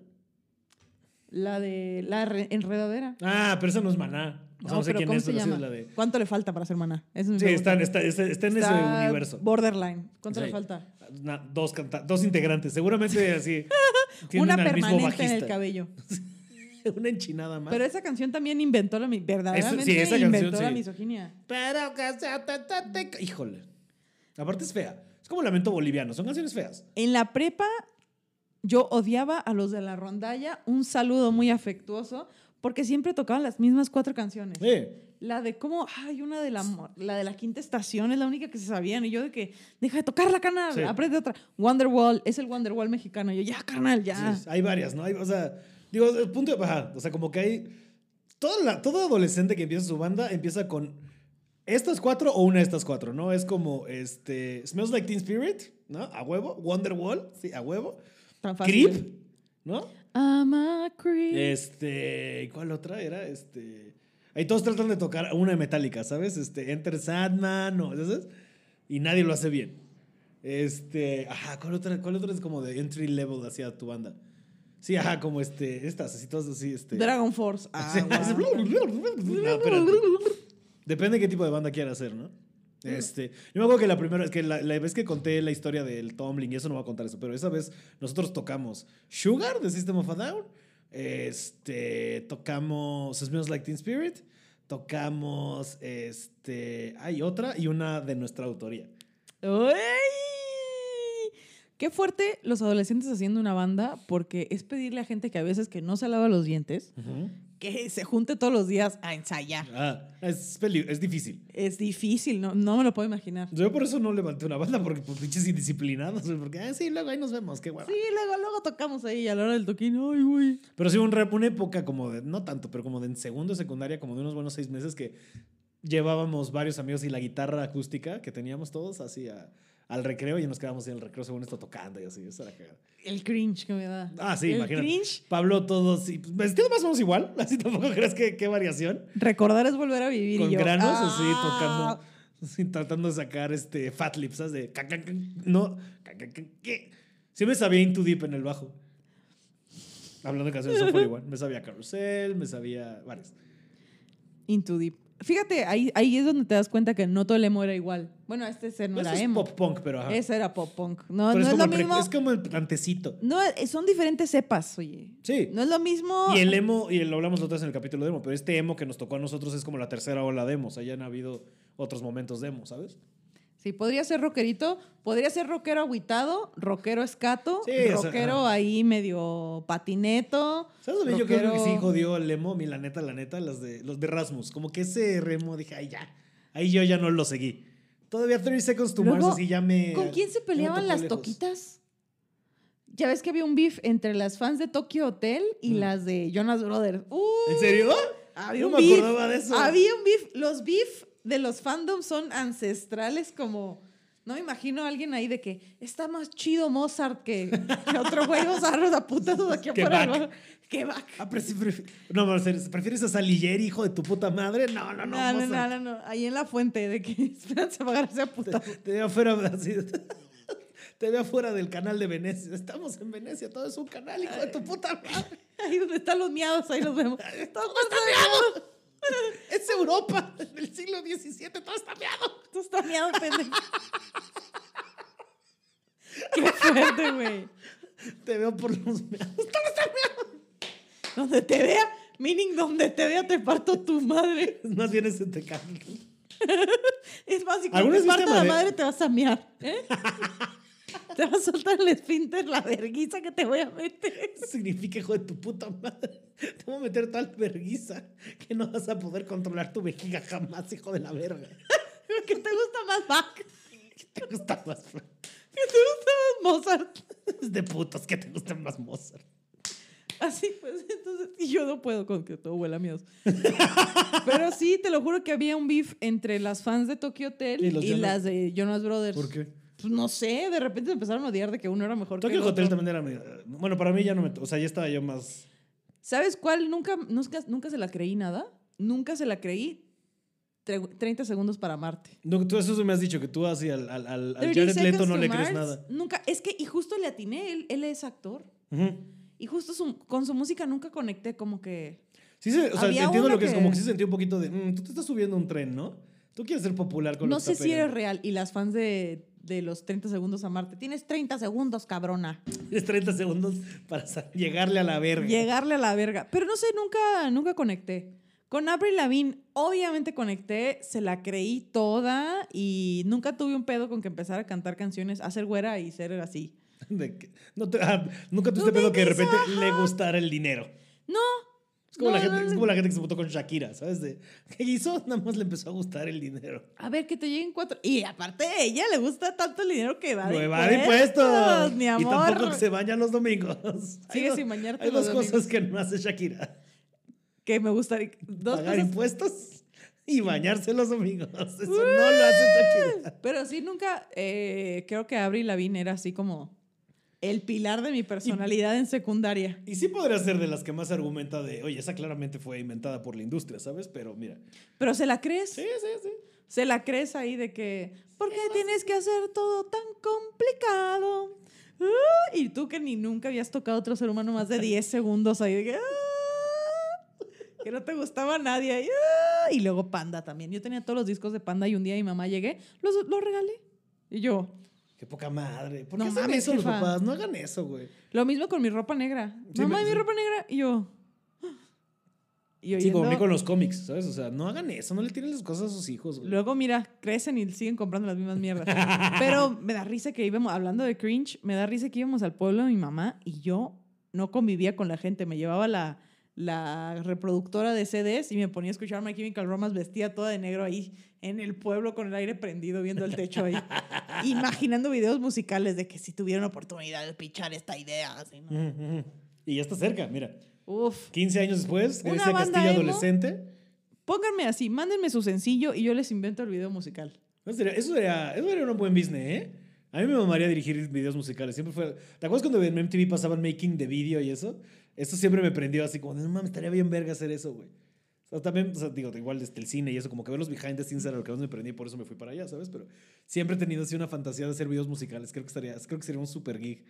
[SPEAKER 2] La de la re- enredadera.
[SPEAKER 1] Ah, pero esa no es Maná. O sea, no,
[SPEAKER 2] No,
[SPEAKER 1] sé
[SPEAKER 2] pero
[SPEAKER 1] quién
[SPEAKER 2] ¿cómo
[SPEAKER 1] es,
[SPEAKER 2] se
[SPEAKER 1] pero sí
[SPEAKER 2] llama?
[SPEAKER 1] es la de.
[SPEAKER 2] ¿Cuánto le falta para ser maná? Esa es mi
[SPEAKER 1] Sí, está,
[SPEAKER 2] pregunta.
[SPEAKER 1] en- está- está- está en
[SPEAKER 2] Está
[SPEAKER 1] ese universo.
[SPEAKER 2] Borderline. ¿Cuánto
[SPEAKER 1] Sí.
[SPEAKER 2] le falta?
[SPEAKER 1] Na- dos, canta- dos integrantes, seguramente así. tienen
[SPEAKER 2] Una
[SPEAKER 1] al mismo
[SPEAKER 2] permanente en el
[SPEAKER 1] bajista.
[SPEAKER 2] cabello.
[SPEAKER 1] Una enchinada más.
[SPEAKER 2] Pero esa canción también inventó la mi- verdaderamente
[SPEAKER 1] sí, esa
[SPEAKER 2] inventó
[SPEAKER 1] canción,
[SPEAKER 2] la
[SPEAKER 1] sí.
[SPEAKER 2] misoginia.
[SPEAKER 1] Pero que se ta- ta- te- Híjole. Aparte es fea. Es como Lamento Boliviano. Son canciones feas.
[SPEAKER 2] En la prepa yo odiaba a los de la rondalla, un saludo muy afectuoso, porque siempre tocaban las mismas cuatro canciones.
[SPEAKER 1] Eh,
[SPEAKER 2] La de cómo, ay, una de la, mo- la de la quinta estación es la única que se sabían. Y yo de que, deja de tocar la canal,
[SPEAKER 1] Sí.
[SPEAKER 2] aprende otra. Wonderwall, es el Wonderwall mexicano. Y yo, ya, carnal, ya.
[SPEAKER 1] sí, hay varias, ¿no? Hay- o sea, digo, el punto de baja. O sea, como que hay. Todo, la- todo adolescente que empieza su banda empieza con estas cuatro o una de estas cuatro, ¿no? Es como este. Smells Like Teen Spirit, ¿no? A huevo. Wonderwall, sí, a huevo.
[SPEAKER 2] Tan fácil.
[SPEAKER 1] Creep, ¿no?
[SPEAKER 2] I'm a creep.
[SPEAKER 1] Este, ¿cuál otra era? Este, ahí todos tratan de tocar una de Metallica, ¿sabes? Este, Enter Sandman, o ¿sabes? Y nadie lo hace bien. Este, ajá, ¿cuál otra, cuál otra es como de entry level hacia tu banda? Sí, ajá, como este, estas, así todas así, este.
[SPEAKER 2] Dragon Force.
[SPEAKER 1] Sí,
[SPEAKER 2] Ah, guau.
[SPEAKER 1] No, espérate. Depende de qué tipo de banda quieras hacer, ¿no? Este, yo me acuerdo que la primera es que la, la vez que conté la historia del tumbling y eso no voy a contar eso, pero esa vez nosotros tocamos Sugar de System of a Down, este, tocamos Smells Like Teen Spirit, tocamos este, hay otra y una de nuestra autoría.
[SPEAKER 2] ¡Ay! Qué fuerte los adolescentes haciendo una banda, porque es pedirle a gente que a veces que no se lava los dientes, que se junte todos los días a ensayar.
[SPEAKER 1] Ah, es, peli- es difícil.
[SPEAKER 2] Es difícil, no, no me lo puedo imaginar.
[SPEAKER 1] Yo por eso no levanté una banda, porque pues pinches indisciplinados, güey, porque, ah, sí, luego ahí nos vemos, qué hueva.
[SPEAKER 2] Sí, luego, luego tocamos ahí a la hora del toquín. Ay, güey.
[SPEAKER 1] Pero sí, un rep, una época como de, no tanto, pero como de en segundo de secundaria, como de unos buenos seis meses que llevábamos varios amigos y la guitarra acústica que teníamos todos así a- al recreo y nos quedábamos en el recreo según esto tocando y así, eso era cagado.
[SPEAKER 2] El cringe que me da.
[SPEAKER 1] Ah, sí,
[SPEAKER 2] el
[SPEAKER 1] imagínate.
[SPEAKER 2] cringe.
[SPEAKER 1] Pablo, todos, y pues, vestidos más o menos igual, así tampoco crees que qué variación.
[SPEAKER 2] Recordar es volver a vivir.
[SPEAKER 1] Con
[SPEAKER 2] y yo,
[SPEAKER 1] granos,
[SPEAKER 2] ah.
[SPEAKER 1] así tocando, así, tratando de sacar este fat lips, ¿sabes? De can, can, can, no, can, can, can, ¿qué? Sí me sabía Into Deep en el bajo. Hablando de canciones, software igual. Me sabía Carrusel, me sabía varias.
[SPEAKER 2] Into Deep. Fíjate, ahí, ahí es donde te das cuenta que no todo el emo era igual. Bueno, este ese no
[SPEAKER 1] Eso
[SPEAKER 2] era
[SPEAKER 1] es
[SPEAKER 2] emo.
[SPEAKER 1] pop punk, pero ajá.
[SPEAKER 2] Ese era pop punk. No,
[SPEAKER 1] Pero
[SPEAKER 2] no
[SPEAKER 1] es,
[SPEAKER 2] es,
[SPEAKER 1] como
[SPEAKER 2] lo
[SPEAKER 1] el, pre-
[SPEAKER 2] mismo.
[SPEAKER 1] es como el plantecito.
[SPEAKER 2] No, eh, son diferentes cepas, oye.
[SPEAKER 1] Sí.
[SPEAKER 2] No es lo mismo.
[SPEAKER 1] Y el e-, emo, y lo hablamos nosotros en el capítulo de emo, pero este emo que nos tocó a nosotros es como la tercera ola de emo. O sea, ya han habido otros momentos de emo, ¿sabes?
[SPEAKER 2] Sí, podría ser rockerito, podría ser rockero agüitado, rockero escato,
[SPEAKER 1] Sí, o sea,
[SPEAKER 2] rockero
[SPEAKER 1] ajá.
[SPEAKER 2] ahí medio patineto.
[SPEAKER 1] ¿Sabes también yo creo que
[SPEAKER 2] rockero-
[SPEAKER 1] sí jodió el emo? A mí, la neta, la neta, las de, los de Rasmus. Como que ese remo dije, ay, ya. Ahí yo ya no lo seguí. Todavía 30 Seconds to Mars,
[SPEAKER 2] Luego,
[SPEAKER 1] así ya me.
[SPEAKER 2] ¿Con quién
[SPEAKER 1] ya me
[SPEAKER 2] se
[SPEAKER 1] tocó
[SPEAKER 2] peleaban las
[SPEAKER 1] lejos.
[SPEAKER 2] toquitas? Ya ves que había un beef entre las fans de Tokyo Hotel y
[SPEAKER 1] Mm.
[SPEAKER 2] las de Jonas Brothers. ¡Uh!
[SPEAKER 1] ¿En serio?
[SPEAKER 2] Había
[SPEAKER 1] Yo
[SPEAKER 2] un
[SPEAKER 1] me
[SPEAKER 2] beef.
[SPEAKER 1] acordaba de eso.
[SPEAKER 2] Había un beef. Los beef de los fandoms son ancestrales como... No me imagino a alguien ahí de que está más chido Mozart que, que otro güey Mozart a putazos aquí
[SPEAKER 1] Que
[SPEAKER 2] afuera.
[SPEAKER 1] Bach.
[SPEAKER 2] ¿no? Que Bach.
[SPEAKER 1] Ah, pero sí, pref- no, Marcelo, ¿prefieres a Salieri, hijo de tu puta madre? No, no, no.
[SPEAKER 2] No, no,
[SPEAKER 1] Mozart.
[SPEAKER 2] no, no, no. Ahí en la fuente de que Esperanza va a agarrarse a
[SPEAKER 1] Te,
[SPEAKER 2] putazos.
[SPEAKER 1] te veo afuera, así, te veo afuera del canal de Venecia. Estamos en Venecia, todo es un canal, hijo de tu puta madre.
[SPEAKER 2] Ahí donde están los miados, ahí los vemos. Todos están miados.
[SPEAKER 1] Es Europa del siglo XVII, todo está meado.
[SPEAKER 2] Tú estás miado, pendejo. Qué fuerte, güey.
[SPEAKER 1] Te veo por los meados.
[SPEAKER 2] Donde te vea, meaning donde te vea, te parto tu madre.
[SPEAKER 1] Más bien ese te cae.
[SPEAKER 2] Es más, si cuando
[SPEAKER 1] ¿Alguna
[SPEAKER 2] te
[SPEAKER 1] vez viste
[SPEAKER 2] parto la
[SPEAKER 1] Made-
[SPEAKER 2] madre, te vas a miar. ¿eh? te vas a soltar el esfínter, la verguiza que te voy a meter.
[SPEAKER 1] Significa, hijo de tu puta madre. Te voy a meter tal verguiza que no vas a poder controlar tu vejiga jamás, hijo de la verga.
[SPEAKER 2] ¿Qué te gusta más, Bach? ¿Qué
[SPEAKER 1] ¿Qué te gusta más? Fran?
[SPEAKER 2] te gusta más, Mozart?
[SPEAKER 1] Es de putos que te gustan más Mozart.
[SPEAKER 2] Así pues, entonces, y yo no puedo con que todo huela a miedos. Pero sí, te lo juro que había un beef entre las fans de Tokyo Hotel
[SPEAKER 1] Y
[SPEAKER 2] y,
[SPEAKER 1] los Jonas-
[SPEAKER 2] las de Jonas Brothers.
[SPEAKER 1] qué?
[SPEAKER 2] Pues no sé, de repente se empezaron a odiar de que uno era mejor que
[SPEAKER 1] Tokyo
[SPEAKER 2] el otro.
[SPEAKER 1] Hotel también era medio- eh, Bueno, para mí ya no me... O sea, ya estaba yo más...
[SPEAKER 2] ¿Sabes cuál? Nunca, nunca, nunca se la creí nada. Nunca se la creí. Tre- 30 segundos para Marte.
[SPEAKER 1] No, tú eso sí me has dicho, que tú así al, al, al, al
[SPEAKER 2] 30
[SPEAKER 1] Jared Leto
[SPEAKER 2] Seconds
[SPEAKER 1] no
[SPEAKER 2] to
[SPEAKER 1] le crees
[SPEAKER 2] Mars,
[SPEAKER 1] nada.
[SPEAKER 2] Nunca, es que, y justo le atiné, él, él es actor.
[SPEAKER 1] Ujú.
[SPEAKER 2] Y justo su- con su música nunca conecté, como que.
[SPEAKER 1] Sí, se- o sea,
[SPEAKER 2] Había
[SPEAKER 1] entiendo
[SPEAKER 2] una
[SPEAKER 1] lo que, es,
[SPEAKER 2] que-
[SPEAKER 1] como que sí sentí un poquito de, "Mm, tú te estás subiendo a un tren, ¿no? Tú quieres ser popular con lo
[SPEAKER 2] No
[SPEAKER 1] que está
[SPEAKER 2] sé si eres
[SPEAKER 1] pegando".
[SPEAKER 2] real y las fans de, de los 30 segundos a Marte. Tienes 30 segundos, cabrona.
[SPEAKER 1] Tienes 30 segundos para sa- llegarle a la verga.
[SPEAKER 2] Llegarle a la verga. Pero no sé, nunca, nunca conecté. Con Avril Lavigne, obviamente conecté, se la creí toda y nunca tuve un pedo con que empezar a cantar canciones, a ser güera y ser así.
[SPEAKER 1] De que- no te- ah, nunca
[SPEAKER 2] No
[SPEAKER 1] tuviste pedo que de
[SPEAKER 2] vengas,
[SPEAKER 1] repente le gustara el dinero.
[SPEAKER 2] No.
[SPEAKER 1] Es como, la
[SPEAKER 2] no,
[SPEAKER 1] gente,
[SPEAKER 2] no,
[SPEAKER 1] es
[SPEAKER 2] no.
[SPEAKER 1] como la gente que se votó con Shakira, ¿sabes? De, ¿Qué hizo? Nada más le empezó a gustar el dinero.
[SPEAKER 2] A ver, que te lleguen cuatro. Y aparte, a ella le gusta tanto el dinero que va de
[SPEAKER 1] ¡Nueva de impuestos!
[SPEAKER 2] Mi
[SPEAKER 1] Y tampoco
[SPEAKER 2] amor.
[SPEAKER 1] que se baña los domingos. Hay
[SPEAKER 2] Sigue
[SPEAKER 1] dos-
[SPEAKER 2] sin bañarte
[SPEAKER 1] Hay
[SPEAKER 2] los
[SPEAKER 1] dos
[SPEAKER 2] domingos.
[SPEAKER 1] cosas que no hace Shakira.
[SPEAKER 2] Que me gustaría. Dos
[SPEAKER 1] pagar
[SPEAKER 2] cosas
[SPEAKER 1] impuestos y bañarse los domingos. Eso no lo hace Shakira.
[SPEAKER 2] Pero sí, nunca. eh, creo que Avril Lavigne era así como el pilar de mi personalidad en secundaria.
[SPEAKER 1] Y sí podría ser de las que más argumenta de, oye, esa claramente fue inventada por la industria, ¿sabes? Pero mira.
[SPEAKER 2] Pero se la crees.
[SPEAKER 1] Sí, sí, sí.
[SPEAKER 2] Se la crees ahí de que. ¿Por qué tienes que hacer todo tan complicado? Ah, y tú que ni nunca habías tocado a otro ser humano más de 10 segundos ahí de que. ah, que no te gustaba nadie. ahí, ah, y luego Panda también. Yo tenía todos los discos de Panda y un día mi mamá llegué, los, los regalé. Y yo,
[SPEAKER 1] Qué poca madre. ¿Por qué
[SPEAKER 2] No
[SPEAKER 1] hacen
[SPEAKER 2] mames,
[SPEAKER 1] eso los
[SPEAKER 2] jefa.
[SPEAKER 1] papás? No hagan eso, güey.
[SPEAKER 2] Lo mismo con mi ropa negra.
[SPEAKER 1] Sí,
[SPEAKER 2] Mamá,
[SPEAKER 1] me-
[SPEAKER 2] ¿y mi
[SPEAKER 1] sí.
[SPEAKER 2] ropa negra? Y yo. "Ah". Y yo
[SPEAKER 1] Sí, como a mí
[SPEAKER 2] yendo-
[SPEAKER 1] con los cómics, ¿sabes? O sea, no hagan eso, no le tiren las cosas a sus hijos, güey.
[SPEAKER 2] Luego, mira, crecen y siguen comprando las mismas mierdas. Pero me da risa que íbamos, hablando de cringe, me da risa que íbamos al pueblo de mi mamá y yo no convivía con la gente. Me llevaba la, la reproductora de CDs y me ponía a escuchar My Chemical Romance vestida toda de negro ahí en el pueblo con el aire prendido viendo el techo ahí, imaginando videos musicales de que si tuvieron oportunidad de pichar esta idea. Así, ¿no?
[SPEAKER 1] Ujú, ujú. Y ya está cerca, mira.
[SPEAKER 2] Uf.
[SPEAKER 1] 15 años después,
[SPEAKER 2] Una
[SPEAKER 1] Grecia
[SPEAKER 2] banda
[SPEAKER 1] Castillo
[SPEAKER 2] emo.
[SPEAKER 1] adolescente.
[SPEAKER 2] Pónganme así, mándenme su sencillo y yo les invento el video musical.
[SPEAKER 1] No, sería- Eso sería, eso sería un buen business, ¿eh? A mí me mamaría dirigir videos musicales. Siempre fue. ¿Te acuerdas cuando en MTV pasaban making de video y eso? Eso siempre me prendió así como, no mames, estaría bien verga hacer eso, güey. O sea, también, o sea, digo, igual desde el cine y eso, como que ver los behind the scenes era lo que más me prendí y por eso me fui para allá, ¿sabes? Pero siempre he tenido así una fantasía de hacer videos musicales. Creo que, estaría, creo que sería un super gig.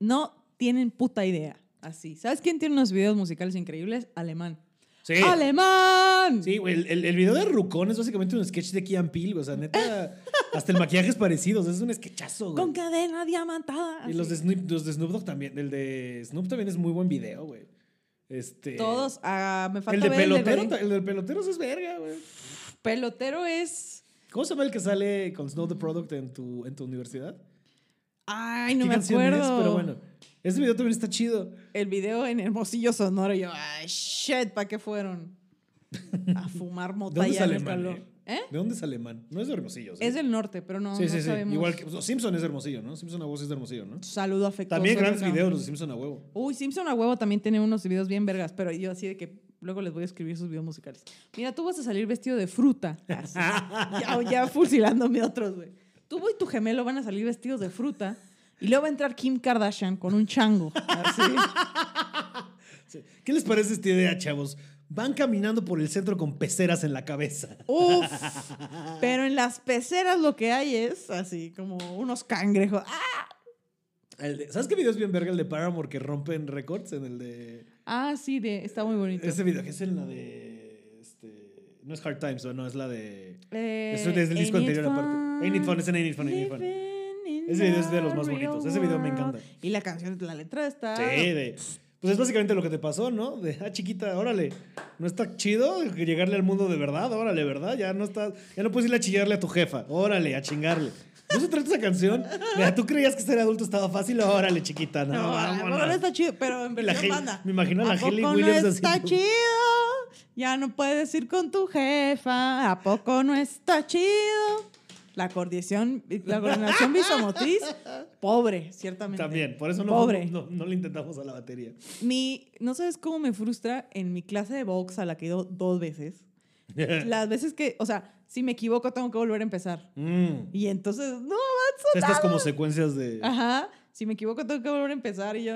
[SPEAKER 2] No tienen puta idea. Así. ¿Sabes quién tiene unos videos musicales increíbles? Alemán.
[SPEAKER 1] Sí.
[SPEAKER 2] ¡Alemán!
[SPEAKER 1] Sí, güey, el, el- el video de Rucón es básicamente un sketch de Kian Peel, güey, o sea, neta, hasta el maquillaje es parecido, o sea, es un sketchazo, güey.
[SPEAKER 2] Con cadena diamantada.
[SPEAKER 1] Y los de,
[SPEAKER 2] así.
[SPEAKER 1] Snoop, los de Snoop Dogg también. El de Snoop también es muy buen video, güey. Este,
[SPEAKER 2] Todos. ah, me falta
[SPEAKER 1] El de
[SPEAKER 2] ver
[SPEAKER 1] pelotero,
[SPEAKER 2] el de
[SPEAKER 1] el de peloteros es verga, güey.
[SPEAKER 2] pelotero es.
[SPEAKER 1] ¿Cómo se llama el que sale con Snow the Product en tu, en tu universidad?
[SPEAKER 2] Ay, no
[SPEAKER 1] ¿Qué
[SPEAKER 2] me
[SPEAKER 1] canción es?
[SPEAKER 2] acuerdo.
[SPEAKER 1] Pero bueno, ese video también está chido.
[SPEAKER 2] El video en Hermosillo Sonoro. y Yo, ay, shit, ¿para qué fueron? A fumar
[SPEAKER 1] ¿De dónde es
[SPEAKER 2] motalla en el
[SPEAKER 1] alemán?
[SPEAKER 2] calor.
[SPEAKER 1] eh?
[SPEAKER 2] ¿Eh?
[SPEAKER 1] ¿De dónde es alemán? No es de Hermosillo. ¿sí?
[SPEAKER 2] Es del norte, pero no,
[SPEAKER 1] Sí,
[SPEAKER 2] no
[SPEAKER 1] sí, sí.
[SPEAKER 2] sabemos.
[SPEAKER 1] Igual que los Simpson es de Hermosillo, ¿no? Simpson a voz es de Hermosillo, ¿no?
[SPEAKER 2] Saludo afectuoso.
[SPEAKER 1] También grandes
[SPEAKER 2] acá.
[SPEAKER 1] videos los de Simpson a huevo.
[SPEAKER 2] Uy, Simpson a huevo también tiene unos videos bien vergas, pero yo así de que luego les voy a escribir sus videos musicales. Mira, tú vas a salir vestido de fruta. Así. ya, ya fusilándome otros, güey. Tú y tu gemelo van a salir vestidos de fruta y luego va a entrar Kim Kardashian con un chango. Así.
[SPEAKER 1] ¿Qué les parece esta idea, chavos? Van caminando por el centro con peceras en la cabeza.
[SPEAKER 2] Uf. Pero en las peceras lo que hay es así como unos cangrejos. Ah,
[SPEAKER 1] El de- ¿Sabes qué video es bien verga? El de Paramore que rompen récords en el de...
[SPEAKER 2] Ah, sí, de, está muy bonito.
[SPEAKER 1] Ese video que es en la de... Este, no es Hard Times, no, es la de...
[SPEAKER 2] Eh,
[SPEAKER 1] Eso es del disco
[SPEAKER 2] Ain't It
[SPEAKER 1] anterior aparte. Ain't It Fun, es en Ain't It Fun, Ain't It Fun.
[SPEAKER 2] Living in
[SPEAKER 1] Ese video es de
[SPEAKER 2] the
[SPEAKER 1] los más bonitos, ese
[SPEAKER 2] real
[SPEAKER 1] video me encanta.
[SPEAKER 2] world. Y la canción, la letra está...
[SPEAKER 1] Sí, de... Pues es básicamente lo que te pasó, ¿no? De, ah, chiquita, órale, no está chido llegarle al mundo de verdad, órale, ¿verdad? Ya no estás, ya no puedes ir a chillarle a tu jefa, órale, a chingarle. ¿No se trata esa canción? Mira, tú creías que ser adulto estaba fácil, órale, chiquita, no,
[SPEAKER 2] No,
[SPEAKER 1] vámonos.
[SPEAKER 2] no, no está chido, pero en
[SPEAKER 1] La
[SPEAKER 2] versión
[SPEAKER 1] Hayley-
[SPEAKER 2] banda.
[SPEAKER 1] me imagino a la
[SPEAKER 2] ¿A poco
[SPEAKER 1] Hayley
[SPEAKER 2] no
[SPEAKER 1] Williams
[SPEAKER 2] está
[SPEAKER 1] haciendo-
[SPEAKER 2] chido? Ya no puedes ir con tu jefa. ¿A poco no está chido? La coordinación, la coordinación visomotriz, pobre, ciertamente.
[SPEAKER 1] También, por eso no,
[SPEAKER 2] Pobre.
[SPEAKER 1] no, no le intentamos a la batería.
[SPEAKER 2] Mi, no sabes cómo me frustra en mi clase de box a la que he ido dos veces. Las veces que, o sea, si me equivoco tengo que volver a empezar.
[SPEAKER 1] Mm.
[SPEAKER 2] Y entonces, no,
[SPEAKER 1] Estas como secuencias de.
[SPEAKER 2] Ajá. Si me equivoco, tengo que volver a empezar. Y yo,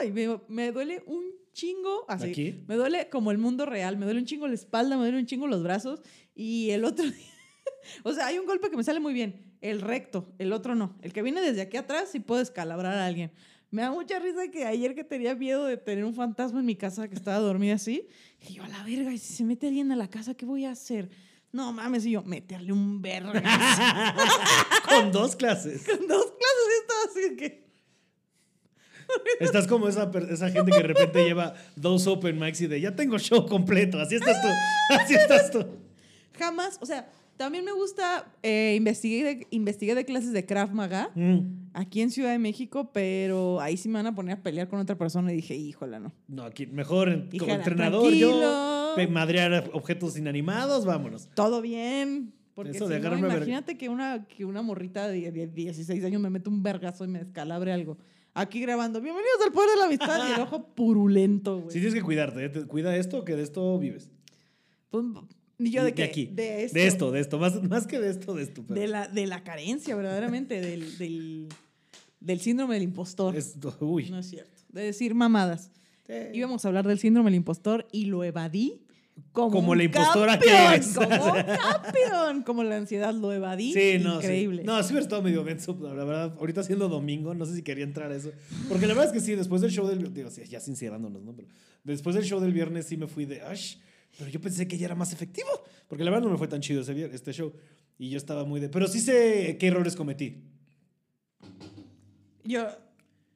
[SPEAKER 2] ¡ay! Me, me duele un chingo. Así.
[SPEAKER 1] ¿Aquí?
[SPEAKER 2] Me duele como el mundo real. Me duele un chingo la espalda, me duele un chingo los brazos. Y el otro. día- o sea, hay un golpe que me sale muy bien. El recto. El otro no. El que viene desde aquí atrás sí puedo descalabrar a alguien. Me da mucha risa que ayer que tenía miedo de tener un fantasma en mi casa que estaba dormida así. Y yo, a la verga, y si se mete alguien a la casa, ¿qué voy a hacer? No mames, y yo, meterle un verga.
[SPEAKER 1] Con dos clases.
[SPEAKER 2] Con dos clases y estaba así de que.
[SPEAKER 1] Estás como esa, per- esa gente que de repente lleva dos open mics y de ya tengo show completo. Así estás tú. Así estás tú.
[SPEAKER 2] jamás, o sea, también me gusta, eh, investigué, de, investigué de clases de Krav Maga
[SPEAKER 1] Mm.
[SPEAKER 2] aquí en Ciudad de México, pero ahí sí me van a poner a pelear con otra persona y dije, híjola, no.
[SPEAKER 1] No, aquí mejor en-
[SPEAKER 2] Hija,
[SPEAKER 1] como entrenador yo.
[SPEAKER 2] tranquilo.
[SPEAKER 1] pe- Madrear objetos inanimados, vámonos.
[SPEAKER 2] Todo bien. Porque
[SPEAKER 1] Eso
[SPEAKER 2] si
[SPEAKER 1] de
[SPEAKER 2] no,
[SPEAKER 1] agarrarme a verga-
[SPEAKER 2] imagínate que una, que una morrita de, de 16 años me mete un vergazo y me descalabre algo. Aquí grabando, bienvenidos al poder de la amistad y el ojo purulento, güey.
[SPEAKER 1] Sí tienes que cuidarte. ¿eh? Te- Cuida esto, que de esto vives.
[SPEAKER 2] Pues, y yo de, que-
[SPEAKER 1] aquí.
[SPEAKER 2] De esto.
[SPEAKER 1] De esto, de esto. Más, más que de esto, de esto. pero-
[SPEAKER 2] De la, de la carencia, verdaderamente, del, del, del síndrome del impostor.
[SPEAKER 1] Esto, uy.
[SPEAKER 2] No es cierto. De decir mamadas. Íbamos a hablar del síndrome del impostor y lo evadí como,
[SPEAKER 1] Como
[SPEAKER 2] un
[SPEAKER 1] la impostora que
[SPEAKER 2] campeón,
[SPEAKER 1] eres.
[SPEAKER 2] Como un campeón. Como la ansiedad lo evadí.
[SPEAKER 1] Sí, no, sí.
[SPEAKER 2] Increíble.
[SPEAKER 1] No, sí hubiera estado medio menso, la verdad. Ahorita siendo domingo, no sé si quería entrar a eso. Porque la verdad es que sí, después del show del... Digo, sí, ya sincerándonos, ¿no? Pero después del show del viernes sí me fui de... "Ash, pero yo pensé que ya era más efectivo. Porque la verdad no me fue tan chido ese vier- este show. Y yo estaba muy de... Pero sí sé qué errores cometí.
[SPEAKER 2] Yo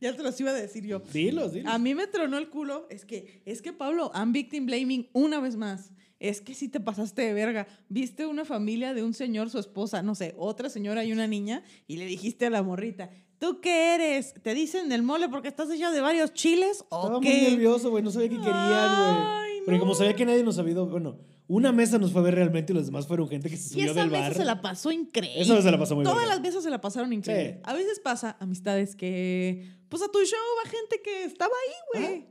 [SPEAKER 2] ya te los iba a decir yo.
[SPEAKER 1] Dilos, dilos.
[SPEAKER 2] A mí me tronó el culo. Es que, es que Pablo, I'm victim blaming una vez más. Es que sí te pasaste de verga. Viste una familia de un señor, su esposa, no sé, otra señora y una niña, y le dijiste a la morrita, ¿Tú qué eres? ¿Te dicen el mole porque estás hecho de varios chiles?
[SPEAKER 1] Estaba
[SPEAKER 2] ¿O
[SPEAKER 1] muy
[SPEAKER 2] qué?
[SPEAKER 1] nervioso, güey. No sabía qué querían,
[SPEAKER 2] Ay,
[SPEAKER 1] güey. Porque como sabía que nadie nos había ido, bueno, una mesa nos fue a ver realmente y los demás fueron gente que se
[SPEAKER 2] Y
[SPEAKER 1] subió
[SPEAKER 2] esa
[SPEAKER 1] del
[SPEAKER 2] mesa
[SPEAKER 1] bar.
[SPEAKER 2] se la pasó increíble.
[SPEAKER 1] Esa vez se la pasó muy
[SPEAKER 2] Todas
[SPEAKER 1] verga.
[SPEAKER 2] las mesas se la pasaron increíble.
[SPEAKER 1] Sí.
[SPEAKER 2] A veces pasa, amistades, que pues a tu show va gente que estaba ahí, güey.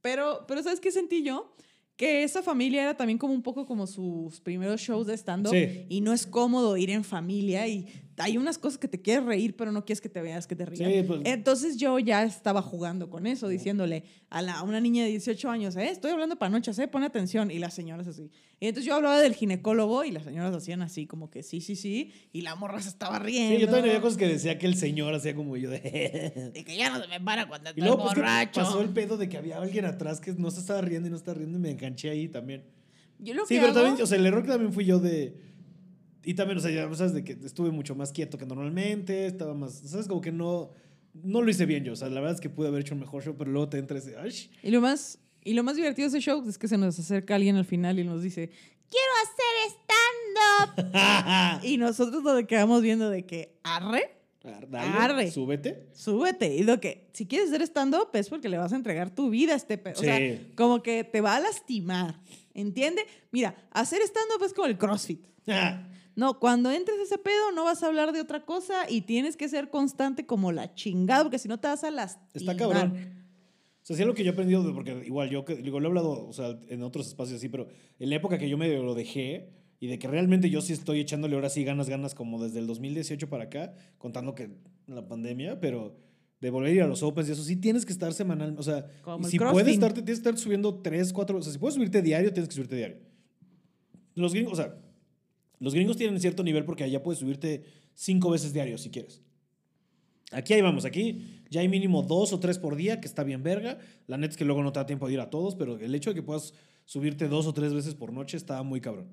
[SPEAKER 2] Pero, pero ¿sabes qué sentí yo? Que esa familia era también como un poco como sus primeros shows de stand-up
[SPEAKER 1] Sí.
[SPEAKER 2] y no es cómodo ir en familia y hay unas cosas que te quieres reír, pero no quieres que te veas que te rías.
[SPEAKER 1] Sí, pues-
[SPEAKER 2] Entonces yo ya estaba jugando con eso, diciéndole a, la, a una niña de 18 años, eh, estoy hablando para noches, eh, pon atención. Y las señoras así. Y entonces yo hablaba del ginecólogo y las señoras hacían así, como que sí, sí, sí. Y la morra se estaba riendo.
[SPEAKER 1] Sí, yo también había cosas que decía que el señor hacía como yo de.
[SPEAKER 3] De que ya no se me para cuando
[SPEAKER 1] Y
[SPEAKER 3] estoy
[SPEAKER 1] luego pues, que
[SPEAKER 3] borracho.
[SPEAKER 1] pasó el pedo de que había alguien atrás que no se estaba riendo y no estaba riendo y me enganché ahí también.
[SPEAKER 2] Yo lo
[SPEAKER 1] Sí,
[SPEAKER 2] que
[SPEAKER 1] pero
[SPEAKER 2] hago-
[SPEAKER 1] también, o sea, el error que también fui yo de. Y también, o sea, ya sabes, de que estuve mucho más quieto que normalmente, estaba más. ¿Sabes? Como que no. No lo hice bien yo, o sea, la verdad es que pude haber hecho un mejor show, pero luego te entra ese. "Ay,
[SPEAKER 2] Y lo más, y lo más divertido de ese show es que se nos acerca alguien al final y nos dice, quiero hacer stand-up. y nosotros nos quedamos viendo de que, arre,
[SPEAKER 1] Dale,
[SPEAKER 2] Arre.
[SPEAKER 1] Súbete.
[SPEAKER 2] súbete. Y lo que, si quieres hacer stand-up es porque le vas a entregar tu vida a este pedo. O sea,
[SPEAKER 1] Sí.
[SPEAKER 2] como que te va a lastimar. ¿Entiende? Mira, hacer stand-up es como el CrossFit.
[SPEAKER 1] Ah,
[SPEAKER 2] No, cuando entres a ese pedo no vas a hablar de otra cosa y tienes que ser constante como la chingada, porque si no te vas a lastimar.
[SPEAKER 1] Está cabrón. O sea, sí es lo que yo he aprendido, de- porque igual yo que- digo, lo he hablado o sea, en otros espacios así, pero en la época que yo me lo dejé y de que realmente yo sí estoy echándole ahora sí ganas, ganas, como desde el 2018 para acá, contando que la pandemia, pero de volver a ir a los Opens y eso, sí tienes que estar semanal, o sea,
[SPEAKER 2] Como
[SPEAKER 1] y
[SPEAKER 2] el
[SPEAKER 1] si puedes
[SPEAKER 2] CrossFit.
[SPEAKER 1] estarte, tienes que estar subiendo tres, cuatro, o sea, si puedes subirte diario, tienes que subirte diario. Los gringos, o sea, los gringos tienen cierto nivel porque allá puedes subirte cinco veces diario si quieres. Aquí ahí vamos, aquí ya hay mínimo dos o tres por día, que está bien verga. La neta es que luego no te da tiempo de ir a todos, pero el hecho de que puedas subirte dos o tres veces por noche está muy cabrón.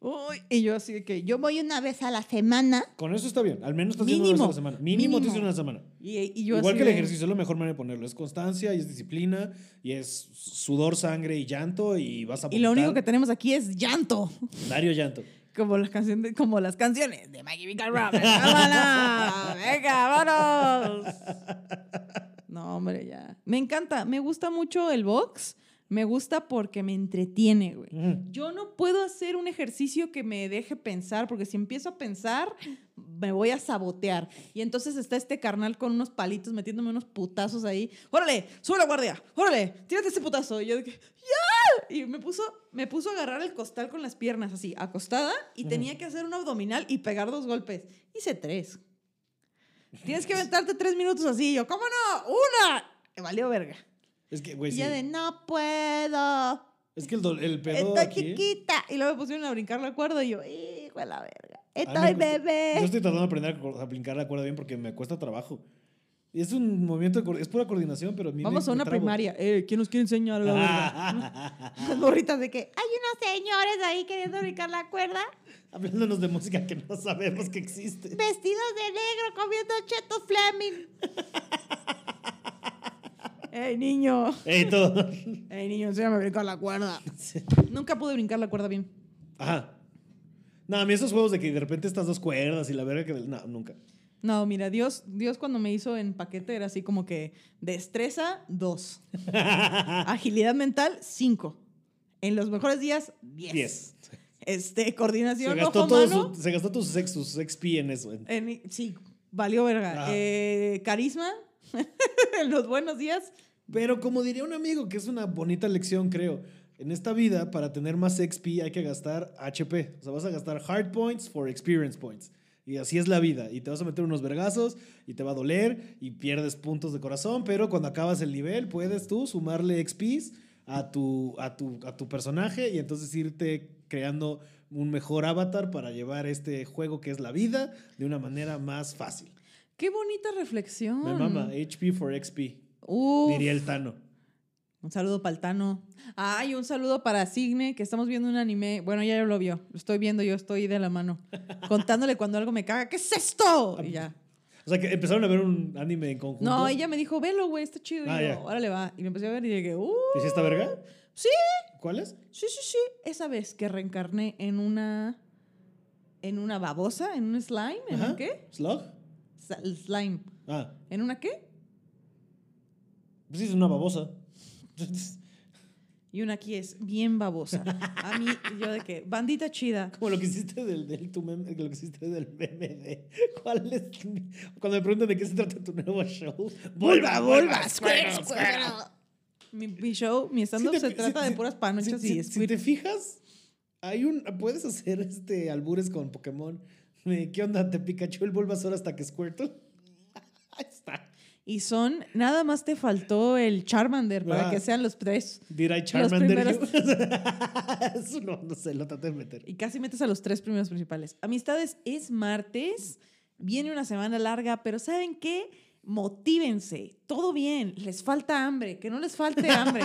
[SPEAKER 2] Uy, y yo así de que yo voy una vez a la semana.
[SPEAKER 1] Con eso está bien, al menos estás haciendo una vez a
[SPEAKER 2] Mínimo,
[SPEAKER 1] la semana. Mínimo, te
[SPEAKER 2] mínimo.
[SPEAKER 1] haces una semana.
[SPEAKER 2] Y, y yo
[SPEAKER 1] Igual
[SPEAKER 2] así
[SPEAKER 1] que el
[SPEAKER 2] de-
[SPEAKER 1] ejercicio es la mejor manera de ponerlo. Es constancia y es disciplina y es sudor, sangre y llanto y vas a
[SPEAKER 2] Y lo único que
[SPEAKER 1] vomitar.
[SPEAKER 2] tenemos aquí es llanto.
[SPEAKER 1] Dario llanto.
[SPEAKER 2] Como las canciones, como las canciones de Maggie Vicar Roberts. ¡Vámonos! ¡Venga, vámonos! No, hombre, ya. Me encanta. Me gusta mucho el box. Me gusta porque me entretiene, güey.
[SPEAKER 1] Ujú.
[SPEAKER 2] Yo no puedo hacer un ejercicio que me deje pensar, porque si empiezo a pensar, me voy a sabotear. Y entonces está este carnal con unos palitos metiéndome unos putazos ahí. ¡Órale! ¡Sube la guardia! ¡Órale! ¡Tírate ese putazo! Y yo de que, ¡ya! Y me puso, me puso a agarrar el costal con las piernas así, acostada, y tenía que hacer un abdominal y pegar dos golpes. Hice tres. Tienes que aventarte tres minutos así. Y yo, ¿cómo no? ¡Una! Me valió verga.
[SPEAKER 1] Es que, güey, Pues
[SPEAKER 2] y
[SPEAKER 1] sí.
[SPEAKER 2] ya de, no puedo.
[SPEAKER 1] Es que el, do- el pedo
[SPEAKER 2] Estoy
[SPEAKER 1] aquí-
[SPEAKER 2] chiquita. Y luego me pusieron a brincar la cuerda y yo, hijo de la verga.
[SPEAKER 1] A
[SPEAKER 2] Estoy
[SPEAKER 1] mí me cuesta-
[SPEAKER 2] bebé.
[SPEAKER 1] Ah, pues, Yo estoy tratando de aprender a co- a aplicar la cuerda bien porque me cuesta trabajo. Y Es un movimiento, de coor- es pura coordinación, pero a mí me-
[SPEAKER 2] Vamos a
[SPEAKER 1] me
[SPEAKER 2] una
[SPEAKER 1] trabo.
[SPEAKER 2] primaria. Eh, ¿Quién nos quiere enseñar? La verga? Las morritas de que,
[SPEAKER 3] Hay unos señores ahí queriendo brincar la cuerda,
[SPEAKER 1] Hablándonos de música que no sabemos que existe.
[SPEAKER 3] vestidos de negro, comiendo chetos Fleming.
[SPEAKER 2] hey niño,
[SPEAKER 1] Ey, todo.
[SPEAKER 2] hey niño, enséñame a brincar la cuerda. Nunca pude brincar la cuerda bien.
[SPEAKER 1] Ajá. No, a mí esos juegos de que de repente estas dos cuerdas y la verga que... del- No, nunca.
[SPEAKER 2] No, mira, Dios, Dios cuando me hizo en paquete era así como que destreza, dos. Agilidad mental, cinco. En los mejores días, diez.
[SPEAKER 1] Diez.
[SPEAKER 2] Este,
[SPEAKER 1] Se
[SPEAKER 2] coordinación,
[SPEAKER 1] gastó,
[SPEAKER 2] ojo,
[SPEAKER 1] todo
[SPEAKER 2] mano.
[SPEAKER 1] su, se gastó tu sex, su sex pee en eso. en-
[SPEAKER 2] En- sí, valió verga.
[SPEAKER 1] Ajá.
[SPEAKER 2] Eh, carisma, en los buenos días.
[SPEAKER 1] Pero como diría un amigo, que es una bonita lección, creo. En esta vida, para tener más XP hay que gastar HP. O sea, vas a gastar hard points for experience points. Y así es la vida. Y te vas a meter unos vergazos y te va a doler y pierdes puntos de corazón. Pero cuando acabas el nivel, puedes tú sumarle XPs a tu, a tu, a tu personaje y entonces irte creando un mejor avatar para llevar este juego que es la vida de una manera más fácil.
[SPEAKER 2] Qué bonita reflexión.
[SPEAKER 1] Me mama, HP for XP,
[SPEAKER 2] Mm. Uf,
[SPEAKER 1] diría el Tano.
[SPEAKER 2] un saludo para el Tano. Ay, un saludo para Signe, que estamos viendo un anime. Bueno, ya lo vio. Lo estoy viendo, yo estoy de la mano. Contándole cuando algo me caga. ¿Qué es esto? Y ya.
[SPEAKER 1] O sea, que empezaron a ver un anime en conjunto.
[SPEAKER 2] No, ella me dijo, velo, güey, está chido. Y
[SPEAKER 1] Ah,
[SPEAKER 2] yo,
[SPEAKER 1] ya.
[SPEAKER 2] órale, va. Y lo empecé a ver y dije, uh,
[SPEAKER 1] ¿Y si esta verga?
[SPEAKER 2] sí,
[SPEAKER 1] ¿Cuál es?
[SPEAKER 2] sí, sí, sí. Esa vez que reencarné en una. En una babosa, en un slime, ¿en
[SPEAKER 1] Ajá.
[SPEAKER 2] un qué?
[SPEAKER 1] ¿Slug?
[SPEAKER 2] Sa- Slime.
[SPEAKER 1] Ah,
[SPEAKER 2] ¿En una qué?
[SPEAKER 1] pues sí, es una babosa.
[SPEAKER 2] Y una aquí es bien babosa. A mí, yo de que, bandita chida.
[SPEAKER 1] Como lo que hiciste del, del tu meme, lo que hiciste del meme de ¿cuál es mi- cuando me preguntan de qué se trata tu nuevo show. Volva, volva, squirrel, squirrel.
[SPEAKER 2] Mi, mi show, mi stand-up
[SPEAKER 1] Si te-
[SPEAKER 2] se trata
[SPEAKER 1] si-
[SPEAKER 2] de puras
[SPEAKER 1] si-
[SPEAKER 2] panochas
[SPEAKER 1] si-
[SPEAKER 2] y
[SPEAKER 1] si
[SPEAKER 2] squirt.
[SPEAKER 1] te fijas, hay un puedes hacer este albures con Pokémon. De, ¿Qué onda? ¿Te Pikachu el Bulbasaur hasta que Squirtle? Ahí está.
[SPEAKER 2] Y son, nada más te faltó el Charmander para
[SPEAKER 1] Ah.
[SPEAKER 2] que sean los tres.
[SPEAKER 1] Did I Charmander
[SPEAKER 2] primeros-
[SPEAKER 1] you? Eso no, no sé, lo traté de meter.
[SPEAKER 2] Y casi metes a los tres primeros principales. Amistades, es martes, viene una semana larga, pero ¿saben qué? Motívense, todo bien, les falta hambre, que no les falte hambre.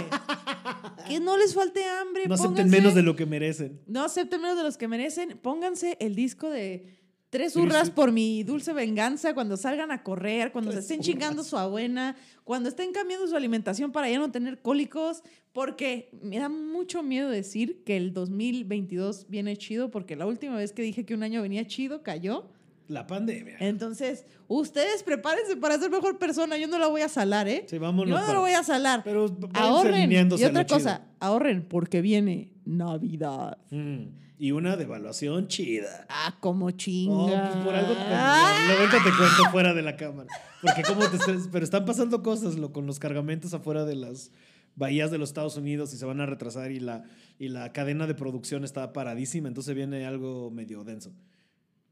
[SPEAKER 2] que no les falte hambre.
[SPEAKER 1] No acepten
[SPEAKER 2] pónganse-
[SPEAKER 1] menos de lo que merecen.
[SPEAKER 2] No acepten menos de los que merecen. Pónganse el disco de Tres
[SPEAKER 1] Tres-
[SPEAKER 2] hurras por mi dulce venganza cuando salgan a correr, cuando
[SPEAKER 1] Tres
[SPEAKER 2] se estén
[SPEAKER 1] hurras.
[SPEAKER 2] chingando su abuela, cuando estén cambiando su alimentación para ya no tener cólicos, porque me da mucho miedo decir que el 2022 viene chido, porque la última vez que dije que un año venía chido cayó.
[SPEAKER 1] La pandemia.
[SPEAKER 2] Eh, Entonces, ustedes prepárense para ser mejor persona. Yo no la voy a salar, ¿eh?
[SPEAKER 1] Sí, vámonos
[SPEAKER 2] Yo no
[SPEAKER 1] para-
[SPEAKER 2] la voy a salar.
[SPEAKER 1] Pero váyanse
[SPEAKER 2] ahorren.
[SPEAKER 1] alineándose
[SPEAKER 2] Y
[SPEAKER 1] a lo
[SPEAKER 2] otra
[SPEAKER 1] chido.
[SPEAKER 2] cosa, ahorren, porque viene Navidad.
[SPEAKER 1] Mm, Y una devaluación chida.
[SPEAKER 2] Ah, como chinga.
[SPEAKER 1] Oh, pues por algo te,
[SPEAKER 2] Ah,
[SPEAKER 1] lo ahorita te cuento fuera de la cámara. Porque como te estres- pero están pasando cosas lo, con los cargamentos afuera de las bahías de los Estados Unidos y se van a retrasar y la, y la cadena de producción está paradísima, entonces viene algo medio denso.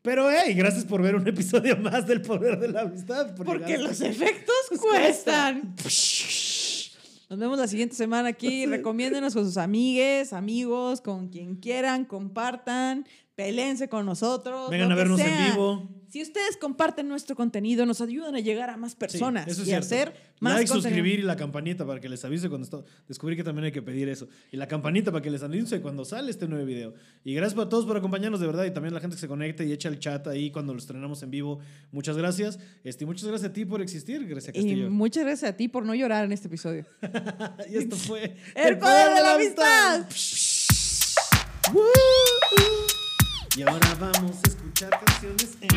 [SPEAKER 1] Pero hey, gracias por ver un episodio más del poder de la amistad. por
[SPEAKER 2] porque
[SPEAKER 1] llegar-
[SPEAKER 2] los efectos cuestan. Nos vemos la siguiente semana aquí. Recomiéndenos con sus amigues, amigos, con quien quieran, compartan, pelense con nosotros.
[SPEAKER 1] vengan
[SPEAKER 2] lo
[SPEAKER 1] a
[SPEAKER 2] que
[SPEAKER 1] vernos en
[SPEAKER 2] sea.
[SPEAKER 1] vivo.
[SPEAKER 2] Si ustedes comparten nuestro contenido, nos ayudan a llegar a más
[SPEAKER 1] Sí,
[SPEAKER 2] personas
[SPEAKER 1] eso es
[SPEAKER 2] y a
[SPEAKER 1] cierto.
[SPEAKER 2] hacer más
[SPEAKER 1] like,
[SPEAKER 2] contenido.
[SPEAKER 1] suscribir y la campanita para que les avise cuando está. Descubrí que también hay que pedir eso. Y la campanita para que les avise cuando sale este nuevo video. Y gracias a todos por acompañarnos de verdad y también la gente que se conecta y echa el chat ahí cuando los estrenamos en vivo. Muchas gracias. Este, y muchas gracias a ti por existir, Grecia
[SPEAKER 2] Y
[SPEAKER 1] este Castillo.
[SPEAKER 2] muchas gracias a ti por no llorar en este episodio.
[SPEAKER 1] y esto fue
[SPEAKER 2] ¡El poder de la amistad!
[SPEAKER 1] Y ahora vamos a escuchar canciones en